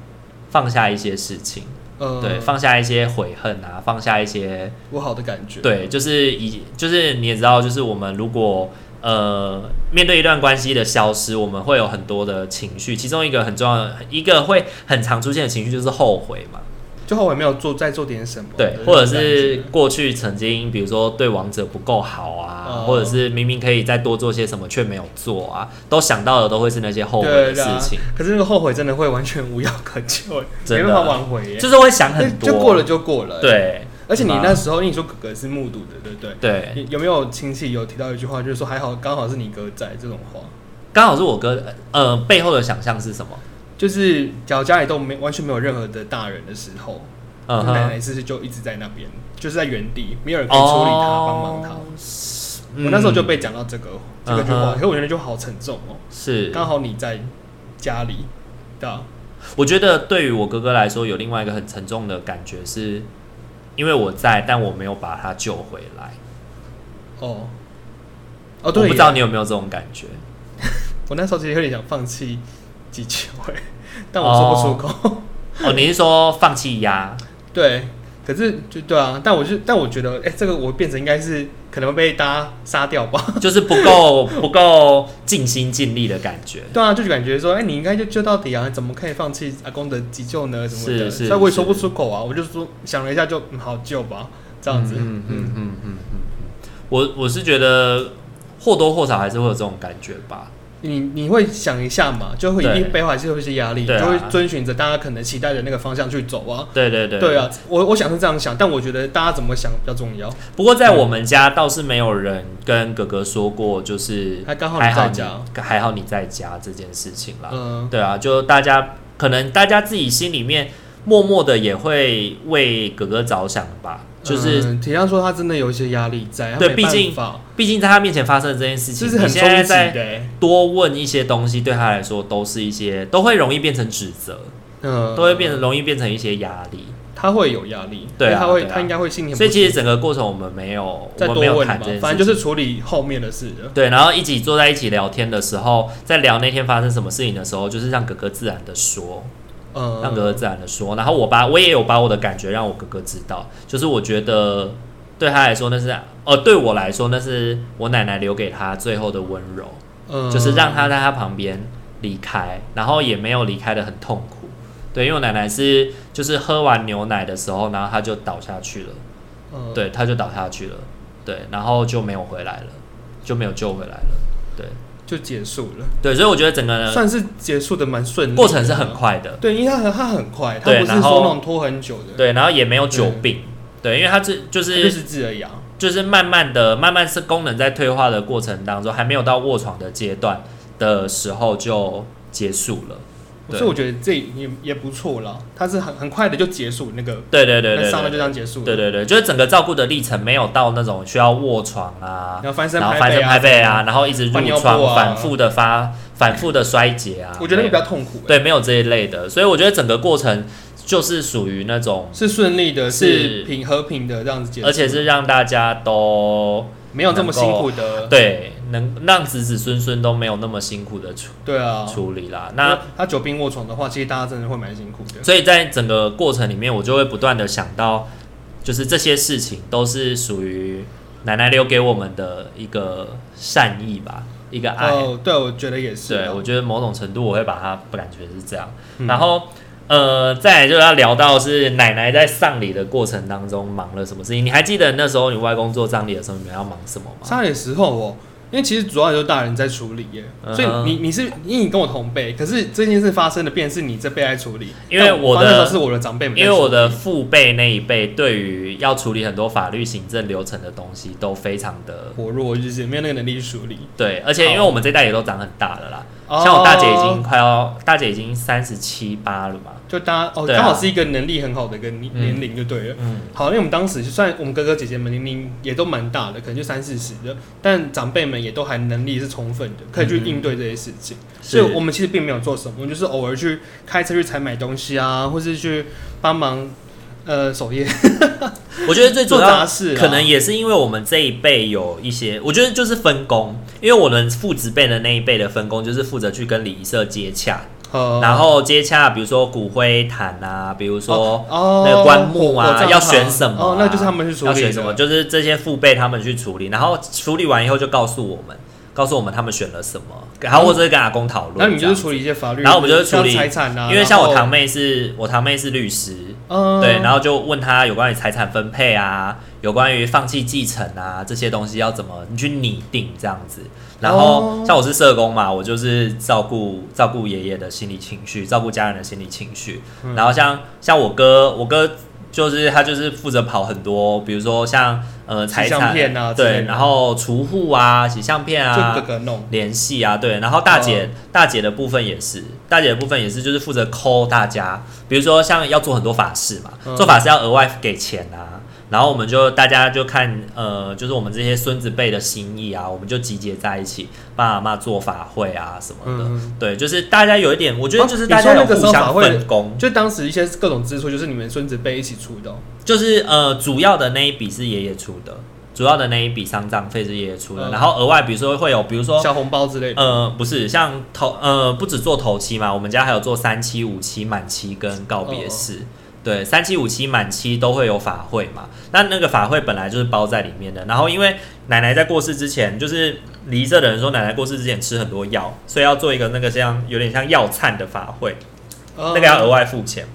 S1: 放下一些事情，
S2: 呃，
S1: 对，放下一些悔恨啊，放下一些
S2: 不好的感觉。，
S1: 对，就是以就是你也知道，就是我们如果呃面对一段关系的消失，我们会有很多的情绪，其中一个很重要的一个会很常出现的情绪就是后悔嘛，
S2: 就后悔没有做，再做点什么。
S1: 对，
S2: 那种
S1: 或者
S2: 感
S1: 是
S2: 觉
S1: 过去曾经比如说对王者不够好啊，
S2: 哦
S1: 或者是明明可以再多做些什么却没有做啊，都想到的都会是那些后悔
S2: 对
S1: 的
S2: 对
S1: 事
S2: 啊
S1: 情，
S2: 可是那个后悔真的会完全无药可救，欸没
S1: 真的
S2: 办法挽回耶。
S1: 就是会想很多，
S2: 就就过了就过了。，
S1: 对
S2: 而且你
S1: 对吧
S2: 那时候，因为你说哥哥是目睹的，对不对？
S1: 对，
S2: 有有没有亲戚有提到一句话，就是说还好刚好是你哥在这种话，
S1: 刚好是我哥呃背后的想象是什么？
S2: 就是假如家里都没完全没有任何的大人的时候，
S1: 嗯
S2: 奶
S1: 哼
S2: 奶。是不是就一直在那边，就是在原地，没有人可以处理他、帮忙他。
S1: 嗯
S2: 我那时候就被讲到这个这个句话，
S1: 嗯哼
S2: 可是我觉得就好沉重哦、
S1: 嗯是
S2: 刚好你在家里，对啊，
S1: 我觉得对于我哥哥来说，有另外一个很沉重的感觉是，因为我在，但我没有把他救回来。
S2: 哦，哦，对
S1: 我
S2: 耶，
S1: 不知道你有没有这种感觉。
S2: 我那时候其实有点想放弃几球、哎， 但我说不出口。
S1: 哦，你是说放弃压？
S2: 对，可是就对啊，但我就但我觉得，哎、这个我变成应该是可能被大家杀掉吧？
S1: 就是不够不够尽心尽力的感觉。
S2: 对啊，就感觉说，哎、你应该就救到底啊，怎么可以放弃阿公的急救呢？什么的，
S1: 是是
S2: 所以我也说不出口啊，我就说想了一下就，嗯、好救吧，这样子，
S1: 嗯
S2: 嗯
S1: 嗯嗯嗯嗯嗯。我我是觉得或多或少还是会有这种感觉吧。
S2: 你你会想一下嘛，就会一
S1: 对
S2: 定背后还是会有一些压力，
S1: 对啊
S2: 就会遵循着大家可能期待的那个方向去走啊。
S1: 对对对。
S2: 对。啊，我我想是这样想，但我觉得大家怎么想比较重要。
S1: 不过在我们家倒是没有人跟哥哥说过，就是
S2: 还刚好你
S1: 还好
S2: 在家
S1: 你还好你在家这件事情啦。
S2: 嗯，
S1: 对啊，就大家可能大家自己心里面默默的也会为哥哥着想吧，就是
S2: 嗯体谅说他真的有一些压力在，他
S1: 对
S2: 没
S1: 毕
S2: 办
S1: 竟
S2: 法
S1: 毕竟在他面前发生的这件事
S2: 这
S1: 情，
S2: 是很
S1: 你
S2: 冲
S1: 现在
S2: 击的
S1: 在
S2: 欸。
S1: 多问一些东西，对他来说都是一些都会容易变成指责，
S2: 嗯，
S1: 都会变成容易变成一些压力。
S2: 他会有压力，
S1: 对啊
S2: 因为他会、
S1: 对啊
S2: 他应该会心情不
S1: 所以其实
S2: 舒
S1: 整个过程我们没有
S2: 服
S1: 我
S2: 再
S1: 们
S2: 多
S1: 没有
S2: 问
S1: 谈
S2: 吧
S1: 这件事，情，
S2: 反正就是处理后面的事了。
S1: 对，然后一起坐在一起聊天的时候，在聊那天发生什么事情的时候，就是让哥哥自然的说，
S2: 嗯，
S1: 让哥哥自然的说，然后我把我也有把我的感觉让我哥哥知道，就是我觉得对他来说那是，呃，对我来说那是我奶奶留给他最后的温柔，
S2: 嗯，
S1: 就是让他在他旁边离开，然后也没有离开的很痛苦，对，因为我奶奶是就是喝完牛奶的时候，然后他就倒下去了，
S2: 嗯，
S1: 对，他就倒下去了，对，然后就没有回来了，就没有救回来了，对，
S2: 就结束了，
S1: 对，所以我觉得整个
S2: 算是结束的蛮顺利的，
S1: 呃过程是很快的，
S2: 对，因为他很他很快，他
S1: 对
S2: 不是
S1: 然
S2: 说
S1: 后
S2: 那种拖很久的，，
S1: 对，然后也没有久病，对，因为他这就
S2: 就是是治而已啊。
S1: 就是慢慢的、慢慢是功能在退化的过程当中，还没有到卧床的阶段的时候就结束了。对
S2: 所以我觉得这也也不错啦。它是很很快的就结束那个，
S1: 对对对
S2: 那
S1: 对
S2: 上来就
S1: 对，
S2: 这样结束了。
S1: 对对对，就是整个照顾的历程没有到那种需要卧床啊
S2: 然，后翻身
S1: 然后
S2: 拍
S1: 翻身拍背
S2: 背
S1: 啊，，然后一直入
S2: 换尿布
S1: 床，
S2: 啊
S1: 反复的发，反复的衰竭啊，
S2: 我觉得那个比
S1: 没有
S2: 较痛苦、欸。
S1: 对，没有这一类的，所以我觉得整个过程就是属于那种，
S2: 是顺利的，
S1: 是
S2: 是平和平的这样子结束，
S1: 而且是让大家都
S2: 没有这么辛苦的。
S1: 对能让子子孙孙都没有那么辛苦的处
S2: 对啊，
S1: 处理啦。那
S2: 他久病卧床的话，其实大家真的会蛮辛苦的。
S1: 所以在整个过程里面，我就会不断的想到，就是这些事情都是属于奶奶留给我们的一个善意吧，一个爱。
S2: 哦，对，我觉得也是啊。
S1: 哎对，我觉得某种程度我会把它感觉是这样。
S2: 嗯
S1: 然后呃，再来就要聊到是奶奶在丧礼的过程当中忙了什么事情。你还记得那时候你外公做葬礼的时候，你们要忙什么吗？
S2: 差点时候哦，因为其实主要就是大人在处理耶，
S1: 嗯哼
S2: 所以你你是因为你跟我同辈，可是这件事发生的便是你这辈来处理，
S1: 因为我的
S2: 但发生时候是我的长辈们在
S1: 因
S2: 处
S1: 为
S2: 理，
S1: 我的父辈那一辈，对于要处理很多法律、行政流程的东西，都非常的
S2: 薄弱，就是没有那个能力去处理。
S1: 对，而且因为
S2: 好
S1: 我们这代也都长很大了啦，像我大姐已经
S2: 哦
S1: 快要，大姐已经三十七八了嘛，
S2: 就大家哦，
S1: 对啊
S2: 刚好是一个能力很好的一个年
S1: 嗯
S2: 年龄就对了。
S1: 嗯，
S2: 好，因为我们当时就算我们哥哥姐姐们年龄也都蛮大的，可能
S1: 嗯
S2: 就三四十的，但长辈们也都还能力是充分的，可以去
S1: 嗯
S2: 应对这些事情。所
S1: 是
S2: 以我们其实并没有做什么，我们就是偶尔去开车去采买东西啊，或是去帮忙呃守夜
S1: 我觉得最主
S2: 做
S1: 要
S2: 杂事啊，
S1: 可能也是因为我们这一辈有一些，我觉得就是分工，因为我们父子辈的那一辈的分工就是负责去跟礼仪社接洽，
S2: 呃
S1: 然后接洽，比如说骨灰坛啊，比如说
S2: 哦
S1: 那个棺木啊
S2: 火葬场
S1: 要选什么啊
S2: 哦，那就是他们去处理
S1: 要
S2: 的
S1: 选什么，就是这些父辈他们去处理，然后处理完以后就告诉我们，告诉我们他们选了什么，然后或者是跟阿公讨论这
S2: 嗯那
S1: 样子，
S2: 你就是处理一些法律，
S1: 然后我们就是处理
S2: 像财产啊，
S1: 因为像我堂
S2: 妹，
S1: 妹是我堂妹是律师，
S2: 嗯，
S1: 对，然后就问他有关于财产分配啊，有关于放弃继承啊这些东西要怎么去拟定这样子。然后
S2: 哦
S1: 像我是社工嘛，我就是照顾照顾爷爷的心理情绪，照顾家人的心理情绪。
S2: 嗯
S1: 然后像像我哥，我哥就是他就是负责跑很多，比如说像呃财
S2: 洗相
S1: 产
S2: 片啊之类
S1: 对，
S2: 的
S1: 然后除户啊、洗相片啊，
S2: 就哥哥弄，
S1: 联系啊，对，然后大
S2: 哦
S1: 姐、大姐的部分也是，大姐的部分也是，就是负责抠大家，比如说像要做很多法事嘛，
S2: 嗯
S1: 做法事要额外给钱啊，然后我们就大家就看呃，就是我们这些孙子辈的心意啊，我们就集结在一起，帮阿妈做法会啊什么的，
S2: 嗯，
S1: 对，就是大家有一点，我觉得
S2: 哦
S1: 就是
S2: 你
S1: 大家
S2: 说
S1: 有
S2: 那个时
S1: 互
S2: 候法
S1: 相
S2: 会
S1: 分工，
S2: 就当时一些各种支出就是你们孙子辈一起出的哦，
S1: 就是呃，主要的那一笔是爷爷出的，主要的那一笔丧葬费是爷爷出的，
S2: 嗯
S1: 然后额外比如说会有，比如说
S2: 小红包之类的，
S1: 呃，不是，像头呃，不止做头七嘛，我们家还有做三七、五七、满七跟告别式。对，三七、五七、满七都会有法会嘛。那那个法会本来就是包在里面的。然后因为奶奶在过世之前，就是离这的人说奶奶过世之前吃很多药，所以要做一个那个像有点像药膳的法会，
S2: 那
S1: 呃那个要额外付钱。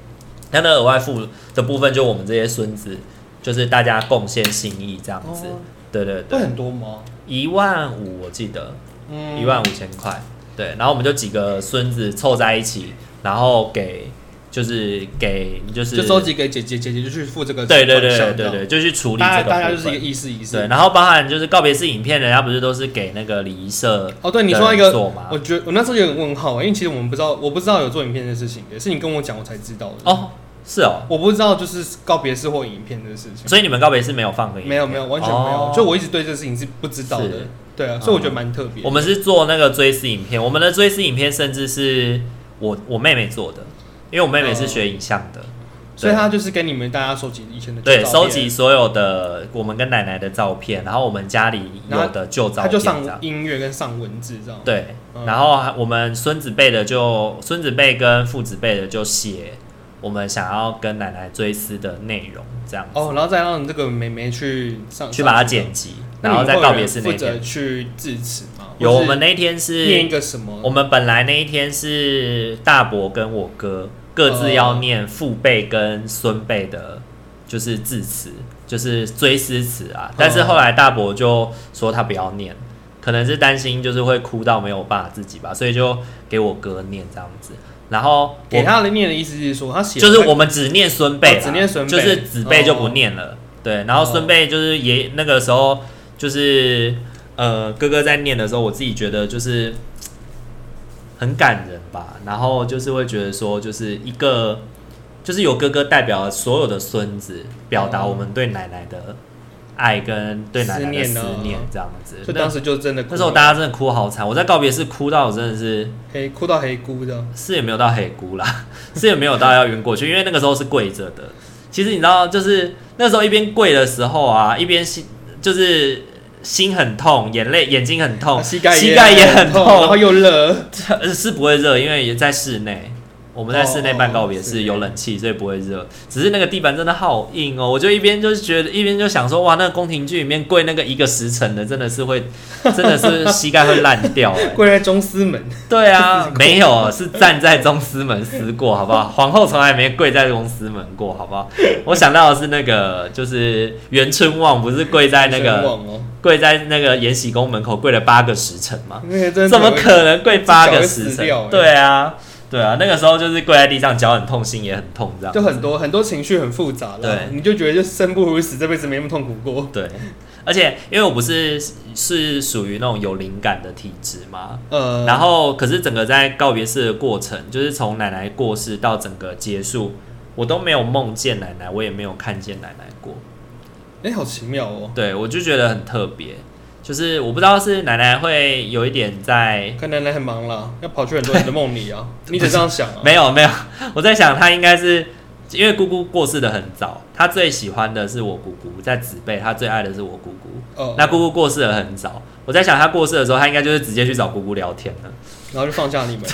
S1: 那那额外付的部分，就我们这些孙子，就是大家贡献心意这样子。
S2: 哦
S1: 对对
S2: 会
S1: 对，
S2: 很多吗？
S1: 一万五我记得。
S2: 嗯，
S1: 一万五千块，对，然后我们就几个孙子凑在一起，然后给就是给就是
S2: 就收集给姐姐，姐姐就去付这个
S1: 对对对对
S2: 款项
S1: 对
S2: 这样
S1: 对，就去处理这
S2: 大家
S1: 个
S2: 大家
S1: 部
S2: 就是一个
S1: 分
S2: 意思意思。
S1: 对，然后包含就是告别式影片，人家不是都是给那个礼仪社
S2: 哦，对，你说到一个
S1: 的人做嘛
S2: 我觉得我那时候有点问号，因为其实我们不知道，我不知道有做影片的事情，也是你跟我讲我才知道的。，
S1: 哦，是哦，
S2: 我不知道就是告别式或影片的事情，
S1: 所以你们告别式没有放个影
S2: 没有没有完全没有
S1: 哦，
S2: 就我一直对这事情是不知道的
S1: 是。
S2: 对啊，
S1: 嗯
S2: 所以我觉得蛮特别
S1: 我。们是做那个追思影片，我们的追思影片甚至是我我妹妹做的，因为我妹妹是学影像的，
S2: 所以他就是跟你们大家收集以前的
S1: 对，
S2: 照片
S1: 收集，所有的我们跟奶奶的照片，然后我们家里有的旧照
S2: 他
S1: 片，
S2: 就
S1: 这样
S2: 上嗯音乐跟上文字这样。
S1: 对，
S2: 嗯
S1: 然后我们孙子辈的就孙子辈跟父子辈的就写我们想要跟奶奶追思的内容，这样子、
S2: 哦，然后再让这个妹妹去上
S1: 去把它
S2: 上这个
S1: 剪辑，
S2: 那
S1: 然后
S2: 你
S1: 在
S2: 会
S1: 告
S2: 有
S1: 别
S2: 人
S1: 式
S2: 负
S1: 那一
S2: 责
S1: 天，
S2: 去致辞吗？
S1: 有
S2: 或
S1: 我
S2: 是
S1: 们那一天
S2: 念
S1: 是，
S2: 一个什么？
S1: 我们本来那一天是大伯跟我哥各自要念父辈跟孙辈的，就是致辞，就是追思词啊，但是
S2: 嗯
S1: 后来大伯就说他不要念。可能是担心就是会哭到没有办法自己吧，所以就给我哥念这样子。然后我
S2: 给他的念的意思是说，他写
S1: 就是我们只念孙辈啦、
S2: 哦只念孙辈哦
S1: 就是子辈就不念了。对，然后孙辈就是爷那个时候就是呃哥哥在念的时候，我自己觉得就是很感人吧。然后就是会觉得说，就是一个就是由哥哥代表所有的孙子，表达我们对奶奶的爱跟对奶奶的
S2: 思
S1: 思
S2: 念啊
S1: 念这样子。
S2: 就当时就真的哭
S1: 那时候大家真的哭好惨，我在告别式哭到我真的是
S2: 黑哭到黑咕的，
S1: 是也没有到黑姑啦， 是也没有到要晕过去，因为那个时候是跪着的。其实你知道，就是那时候一边跪的时候啊，一边心就是心很痛，眼泪眼睛很痛，
S2: 啊膝盖
S1: 哦膝盖也很
S2: 痛，然后又热，
S1: 呃是不会热，因为也在室内。我们在室内办告别
S2: 哦哦
S1: 是
S2: 室内
S1: 有冷气，所以不会热。只是那个地板真的好硬哦，我就一边就是觉得，一边就想说，哇，那个宫廷剧里面跪那个一个时辰的，真的是会，真的是膝盖会烂掉、哎。
S2: 跪在中司门，
S1: 对啊， 没有是站在宗师门思过，好不 好？皇后从来没跪在宗师门过，好不好？我想到的是那个，就是袁春望不是跪在那
S2: 很
S1: 个
S2: 旺哦，
S1: 跪在那个延禧宫门口跪了八个时辰吗？
S2: 那个真的
S1: 怎么可能跪八个时
S2: 脚会死
S1: 辰
S2: 掉欸？
S1: 对啊，对啊，那个时候就是跪在地上，脚很痛，心也很痛，这样
S2: 就很多很多情绪很复杂了，
S1: 对
S2: 你就觉得就生不如死，这辈子没那么痛苦过。
S1: 对。而且因为我不是是属于那种有灵感的体质嘛，
S2: 呃，
S1: 然后，可是整个在告别式的过程，就是从奶奶过世到整个结束，我都没有梦见奶奶，我也没有看见奶奶过。
S2: 哎、好奇妙哦，
S1: 对我就觉得很特别，就是我不知道是奶奶会有一点在
S2: 看奶奶很忙啦，要跑去很多人的梦 里啊，你得这样想啊。
S1: 没有没 有，我在想她应该是因为姑姑过世的很早，她最喜欢的是我姑姑，在子辈她最爱的是我姑姑。
S2: 哦，
S1: 那姑姑过世的很早，我在想她过世的时候，她应该就是直接去找姑姑聊天了。
S2: 然后就放下你们，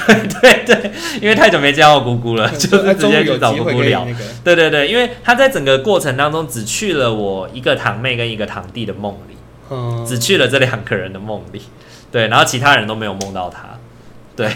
S1: 对对，因为太久没见到姑姑了， 就是
S2: 哎
S1: 直
S2: 终
S1: 接
S2: 于有
S1: 去找
S2: 机
S1: 姑
S2: 会
S1: 姑
S2: 可以
S1: 聊
S2: 那。个
S1: 对对对，因为他在整个过程当中只去了我一个堂妹跟一个堂弟的梦里，
S2: 嗯，
S1: 只去了这两个人的梦里，对，然后其他人都没有梦到他， 对，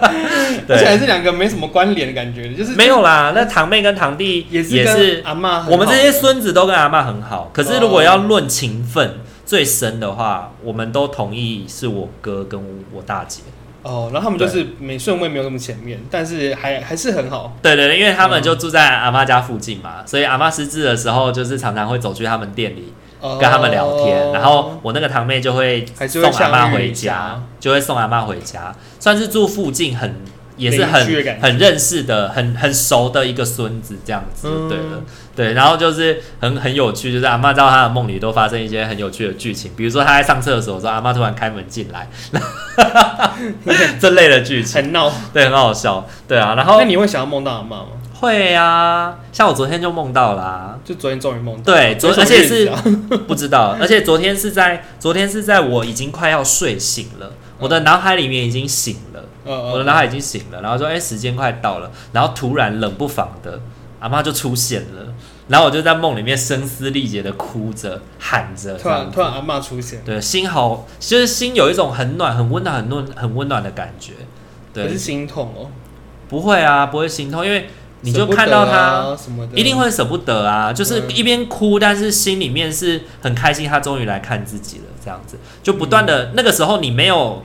S2: 而且还
S1: 对，
S2: 是两个没什么关联的感觉，就是
S1: 没有啦，那堂妹跟堂弟
S2: 也是
S1: 也
S2: 跟哦
S1: 是，
S2: 阿妈，
S1: 我们这些孙子都跟阿嬷很好，可是如果要论情分最深的话，我们都同意是我哥跟我大姐，
S2: 哦，然后他们就是没顺位没有那么前面，但是还还是很好，
S1: 对对对，因为他们就住在阿嬷家附近嘛，所以阿嬷失智的时候，就是常常会走去他们店里
S2: 哦
S1: 跟他们聊天，然后我那个堂妹就会
S2: 还是
S1: 送
S2: 会
S1: 阿
S2: 相
S1: 妈
S2: 遇
S1: 回
S2: 一
S1: 家
S2: 下，，
S1: 就会送阿妈回家，算是住附近很也是
S2: 邻居的感
S1: 很
S2: 觉
S1: 很认识的、很很熟的一个孙子这样子，
S2: 嗯
S1: 对了，对，然后就是很很有趣，就是阿妈到她的梦里都发生一些很有趣的剧情，比如说她在上厕所的时候，阿妈突然开门进 来，这类的剧情，
S2: 很闹。
S1: 对，很好笑，对啊，然后
S2: 那你会想要梦到阿妈吗？
S1: 会啊，像我昨天就梦到啦、
S2: 就昨天终于梦到，
S1: 对，昨
S2: 有什么
S1: 而且
S2: 日子
S1: 是
S2: 啊
S1: 不知道，而且昨天是在昨天是在我已经快要睡醒
S2: 嗯
S1: 了，我的脑海里面已经醒了，我的
S2: 呃
S1: 脑海已经醒了，然后说哎、时间快到了，然后突然冷不防的阿妈就出现了，然后我就在梦里面声嘶力竭的哭着喊着，
S2: 呃，
S1: 这
S2: 突
S1: 样
S2: 然
S1: 子
S2: 突然阿妈出现，
S1: 对心好，就是心有一种很暖、很温暖、很温很温暖的感觉，
S2: 可
S1: 对
S2: 是，心痛哦，
S1: 不会啊，不会心痛，因为你就
S2: 舍不得
S1: 看到她。
S2: 啊什么的，
S1: 一定会舍不得啊，就是
S2: 嗯
S1: 一边哭，但是心里面是很开心，他终于来看自己了，这样子就不断
S2: 嗯
S1: 的、那个时候你没有，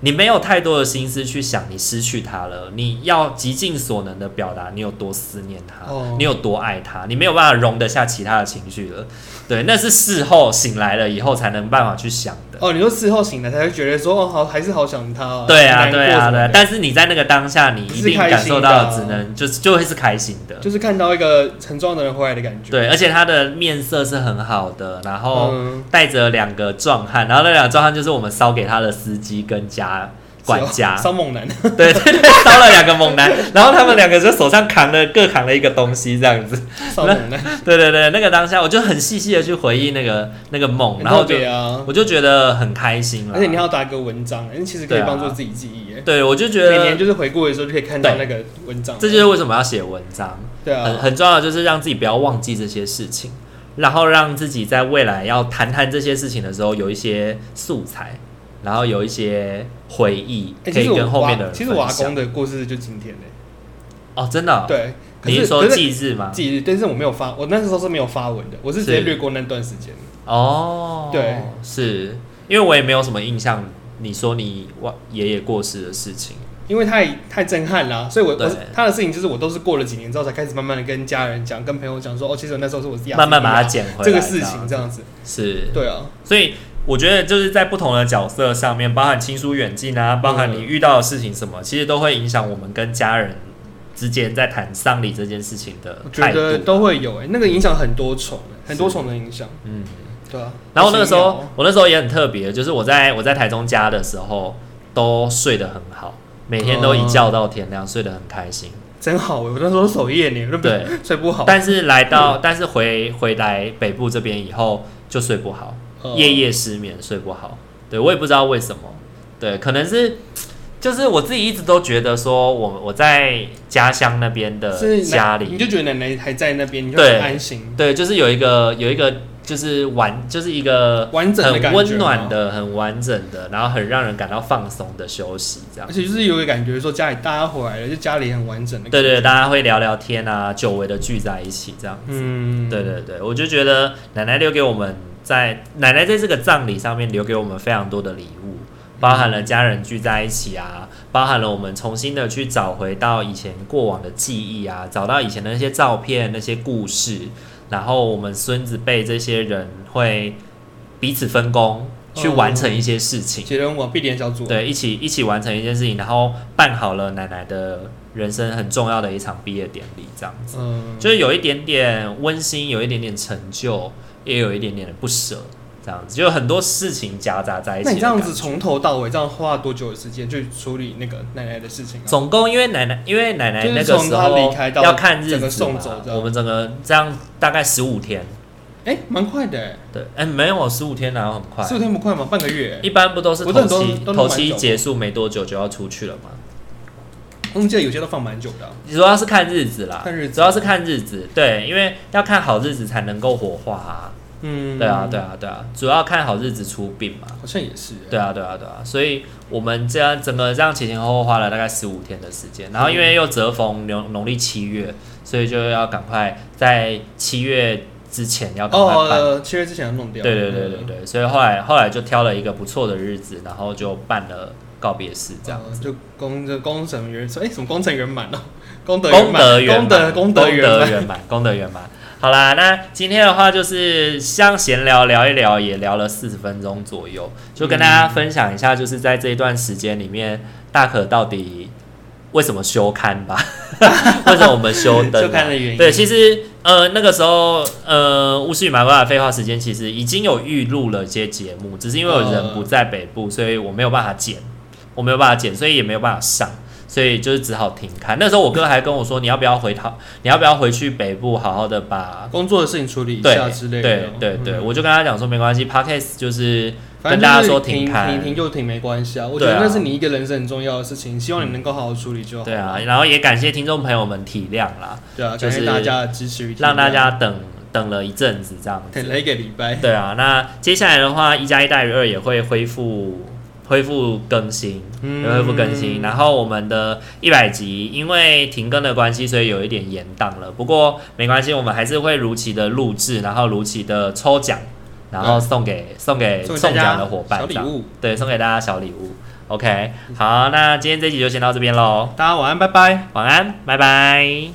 S1: 你没有太多的心思去想你失去他了，你要极尽所能的表达你有多思念他，
S2: 哦
S1: 你有多爱他，你没有办法容得下其他的情绪了，对，那是事后醒来了以后才能办法去想的。
S2: 哦。你说事后醒来才会觉得说哦，好还是好想他啊，
S1: 对啊，
S2: 难过
S1: 对啊，
S2: 什么
S1: 对啊
S2: 的，
S1: 但是你在那个当下，你一
S2: 是
S1: 定
S2: 开
S1: 感
S2: 心
S1: 受
S2: 的
S1: 到，
S2: 啊
S1: 只能就是就会是开心的，
S2: 就是看到一个很重要的人回来的感觉，
S1: 对，而且他的面色是很好的，然后
S2: 嗯，
S1: 带着两个壮汉，然后那两个壮汉就是我们烧给他的司机跟家管家，
S2: 烧哦 猛男，
S1: 对对对，烧了两个猛男，然后他们两个就手上扛了各扛了一个东西这样 子，
S2: 烧猛男，
S1: 对对对，那个当下我就很细细的去回忆那个那个梦，
S2: 很
S1: 然后
S2: 特
S1: 就嗯
S2: 别啊。
S1: 我就觉得很开心了
S2: 而且，你还要打一个文章，因为其实可以帮助自己记忆耶。
S1: 啊对我就觉
S2: 每年
S1: 得
S2: 就是回顾的时候就可以看到那个文章，
S1: 这就是为什么要写文章。
S2: 对
S1: 很
S2: 啊，
S1: 很重要的就是让自己不要忘记这些事情，然后让自己在未来要谈谈这些事情的时候有一些素材，然后有一些回忆
S2: 欸
S1: 可以
S2: 其实我
S1: 跟后面
S2: 我
S1: 的
S2: 阿
S1: 人
S2: 其实我
S1: 分
S2: 阿公
S1: 享。
S2: 的故事就今天嘞，
S1: 哦，真的哦，
S2: 对，可
S1: 你
S2: 是
S1: 是说
S2: 可是
S1: 忌日吗？
S2: 记日，但是我没有发，我那时候是没有发文的，我是直接
S1: 是
S2: 略过那段时间。
S1: 哦，
S2: 对，
S1: 是因为我也没有什么印象，你说你外爷爷过世的事情，
S2: 因为太太震撼啦，所以我
S1: 对
S2: 我是他的事情就是我都是过了几年之后才开始慢慢的跟家人讲，跟朋友讲说哦，其实我那时候是我自己
S1: 慢慢把它捡回来，
S2: 这个事情这样子，
S1: 是，
S2: 对啊，
S1: 所以我觉得就是在不同的角色上面，包含亲疏远近
S2: 嗯
S1: 啊，包含你遇到的事情什么，其实都会影响我们跟家人之间在谈丧礼这件事情的
S2: 我觉
S1: 态
S2: 得
S1: 度。
S2: 都会有哎、那个影响很多重、欸，很多重的影响，
S1: 嗯，
S2: 对啊。
S1: 然后那个时
S2: 不是一
S1: 候
S2: 秒，
S1: 我那时候也很特别，就是我在我在台中家的时候，都睡得很好，每天都一觉到天亮，睡得很开心。
S2: 真好欸、我那时候守夜呢，我都不
S1: 对
S2: 睡不好，
S1: 但是来到，但是回回来北部这边以后就睡不好，
S2: 呃
S1: 夜夜失眠，睡不好。对我也不知道为什么，对，可能是就是我自己一直都觉得说我，我在家乡那边的
S2: 是
S1: 家
S2: 奶你
S1: 里，
S2: 就觉得奶奶还在那边，你就
S1: 对
S2: 很安心，
S1: 对，就是有一个有一个就是完就是一个
S2: 完整的感
S1: 很
S2: 觉，
S1: 温暖，的、很完整的，然后很让人感到放松的休息，这样
S2: 而。且就是有一个感觉说家里大家回来了，就家里很完整的，
S1: 对对，，大家会聊聊天啊，久违的聚在一起这样。
S2: 嗯，
S1: 对对对，我就觉得奶奶留给我们在奶奶在这个葬礼上面留给我们非常多的礼物，包含了家人聚在一起啊，包含了我们重新的去找回到以前过往的记忆啊，找到以前的那些照片、那些故事，然后我们孙子辈这些人会彼此分工去完成一些事情。
S2: 杰伦网必点小组，
S1: 对，一起一起完成一件事情，然后办好了奶奶的人生很重要的一场毕业典礼，这样子。
S2: 嗯，
S1: 就是有一点点温馨，有一点点成就，也有一点点的不舍，这样子，就有很多事情夹杂在一起的感觉。
S2: 那你这样子从头到尾这样花了多久的时间去处理那个奶奶的事情、啊？
S1: 总共，因为奶奶，因为奶奶
S2: 就是
S1: 那个
S2: 从
S1: 时
S2: 她
S1: 候
S2: 离开到
S1: 要看日
S2: 整个
S1: 子
S2: 送
S1: 嘛
S2: 走这样
S1: 我们整个这样大概十五天，
S2: 哎、蛮快的、欸，
S1: 对，哎、没有十五天哪有很快
S2: 四？五天不快吗？半个月、欸，
S1: 一般不都是
S2: 不
S1: 头
S2: 是很多
S1: 期
S2: 都
S1: 头
S2: 蛮
S1: 期
S2: 久的
S1: 结束没多久就要出去了嘛？
S2: 我记得有些都放蛮久的啊、
S1: 主要是看日子啦，
S2: 看日子
S1: 主要是看日子，对，因为要看好日子才能够活化啊，
S2: 嗯，
S1: 对啊，对，啊，对啊，主要看好日子出殡嘛。
S2: 好像也是、欸，
S1: 对啊，对啊，对啊，所以我们这样整个这样前前后后花了大概十五天的时间，然后因为又折逢农农历七月，所以就要赶快在七月之前要赶快
S2: 哦，
S1: 办。
S2: 呃七月之前要弄掉，
S1: 对对对对
S2: 嗯，
S1: 对，所以后来后来就挑了一个不错的日子，然后就办了告别式，这样。
S2: 呃就工就工程圆说，哎、什么工程圆满哦，功德
S1: 功德
S2: 圆
S1: 圆
S2: 满，
S1: 满，
S2: 功德功德圆满，
S1: 圆满，功德圆满。好啦，那今天的话就是像闲聊聊一聊，也聊了四十分钟左右，就跟大家分享一下，就是在这一段时间里面，大可到底为什么休刊 吧？为什么我们休登、啊
S2: 就看的原因，
S1: 对，其实呃那个时候呃巫师与麻瓜的废话时间其实已经有预录了一些节目，只是因为我人不在北
S2: 嗯
S1: 部，所以我没有办法剪，我没有办法剪，所以也没有办法上，所以就是只好停刊。那时候我哥还跟我说，你要不要回他， 你要不要回去北部好好的把。
S2: 工作的事情处理一
S1: 对
S2: 下之类的，
S1: 对对对，
S2: 嗯
S1: 我就跟他讲说没关系，Podcast 就是
S2: 反
S1: 跟
S2: 正
S1: 大家
S2: 就是
S1: 说
S2: 停
S1: 刊，
S2: 停停就停没关系啊，我觉
S1: 对
S2: 得
S1: 啊
S2: 那是你一个人生很重要的事情，希望你能够好好处理就好。
S1: 对啊，然后也感谢听众朋友们体谅啦，
S2: 对啊，
S1: 就
S2: 感
S1: 是
S2: 谢大家的支持与体谅
S1: 让大家等等了一阵子这样子，
S2: 等了一个礼拜。
S1: 对啊，那接下来的话，一加一大于二也会恢复恢复更新，
S2: 嗯
S1: 也会恢复更新。然后我们的一百集，因为停更的关系，所以有一点延档了。不过没关系，我们还是会如期的录制，然后如期的抽奖，然后送给送给
S2: 送给
S1: 中
S2: 大
S1: 奖
S2: 家
S1: 的伙伴
S2: 小礼
S1: 这样
S2: 物，
S1: 对，送给大家小礼物。OK，好，那今天这集就先到这边喽，
S2: 大家晚安，拜拜。
S1: 晚安，拜拜。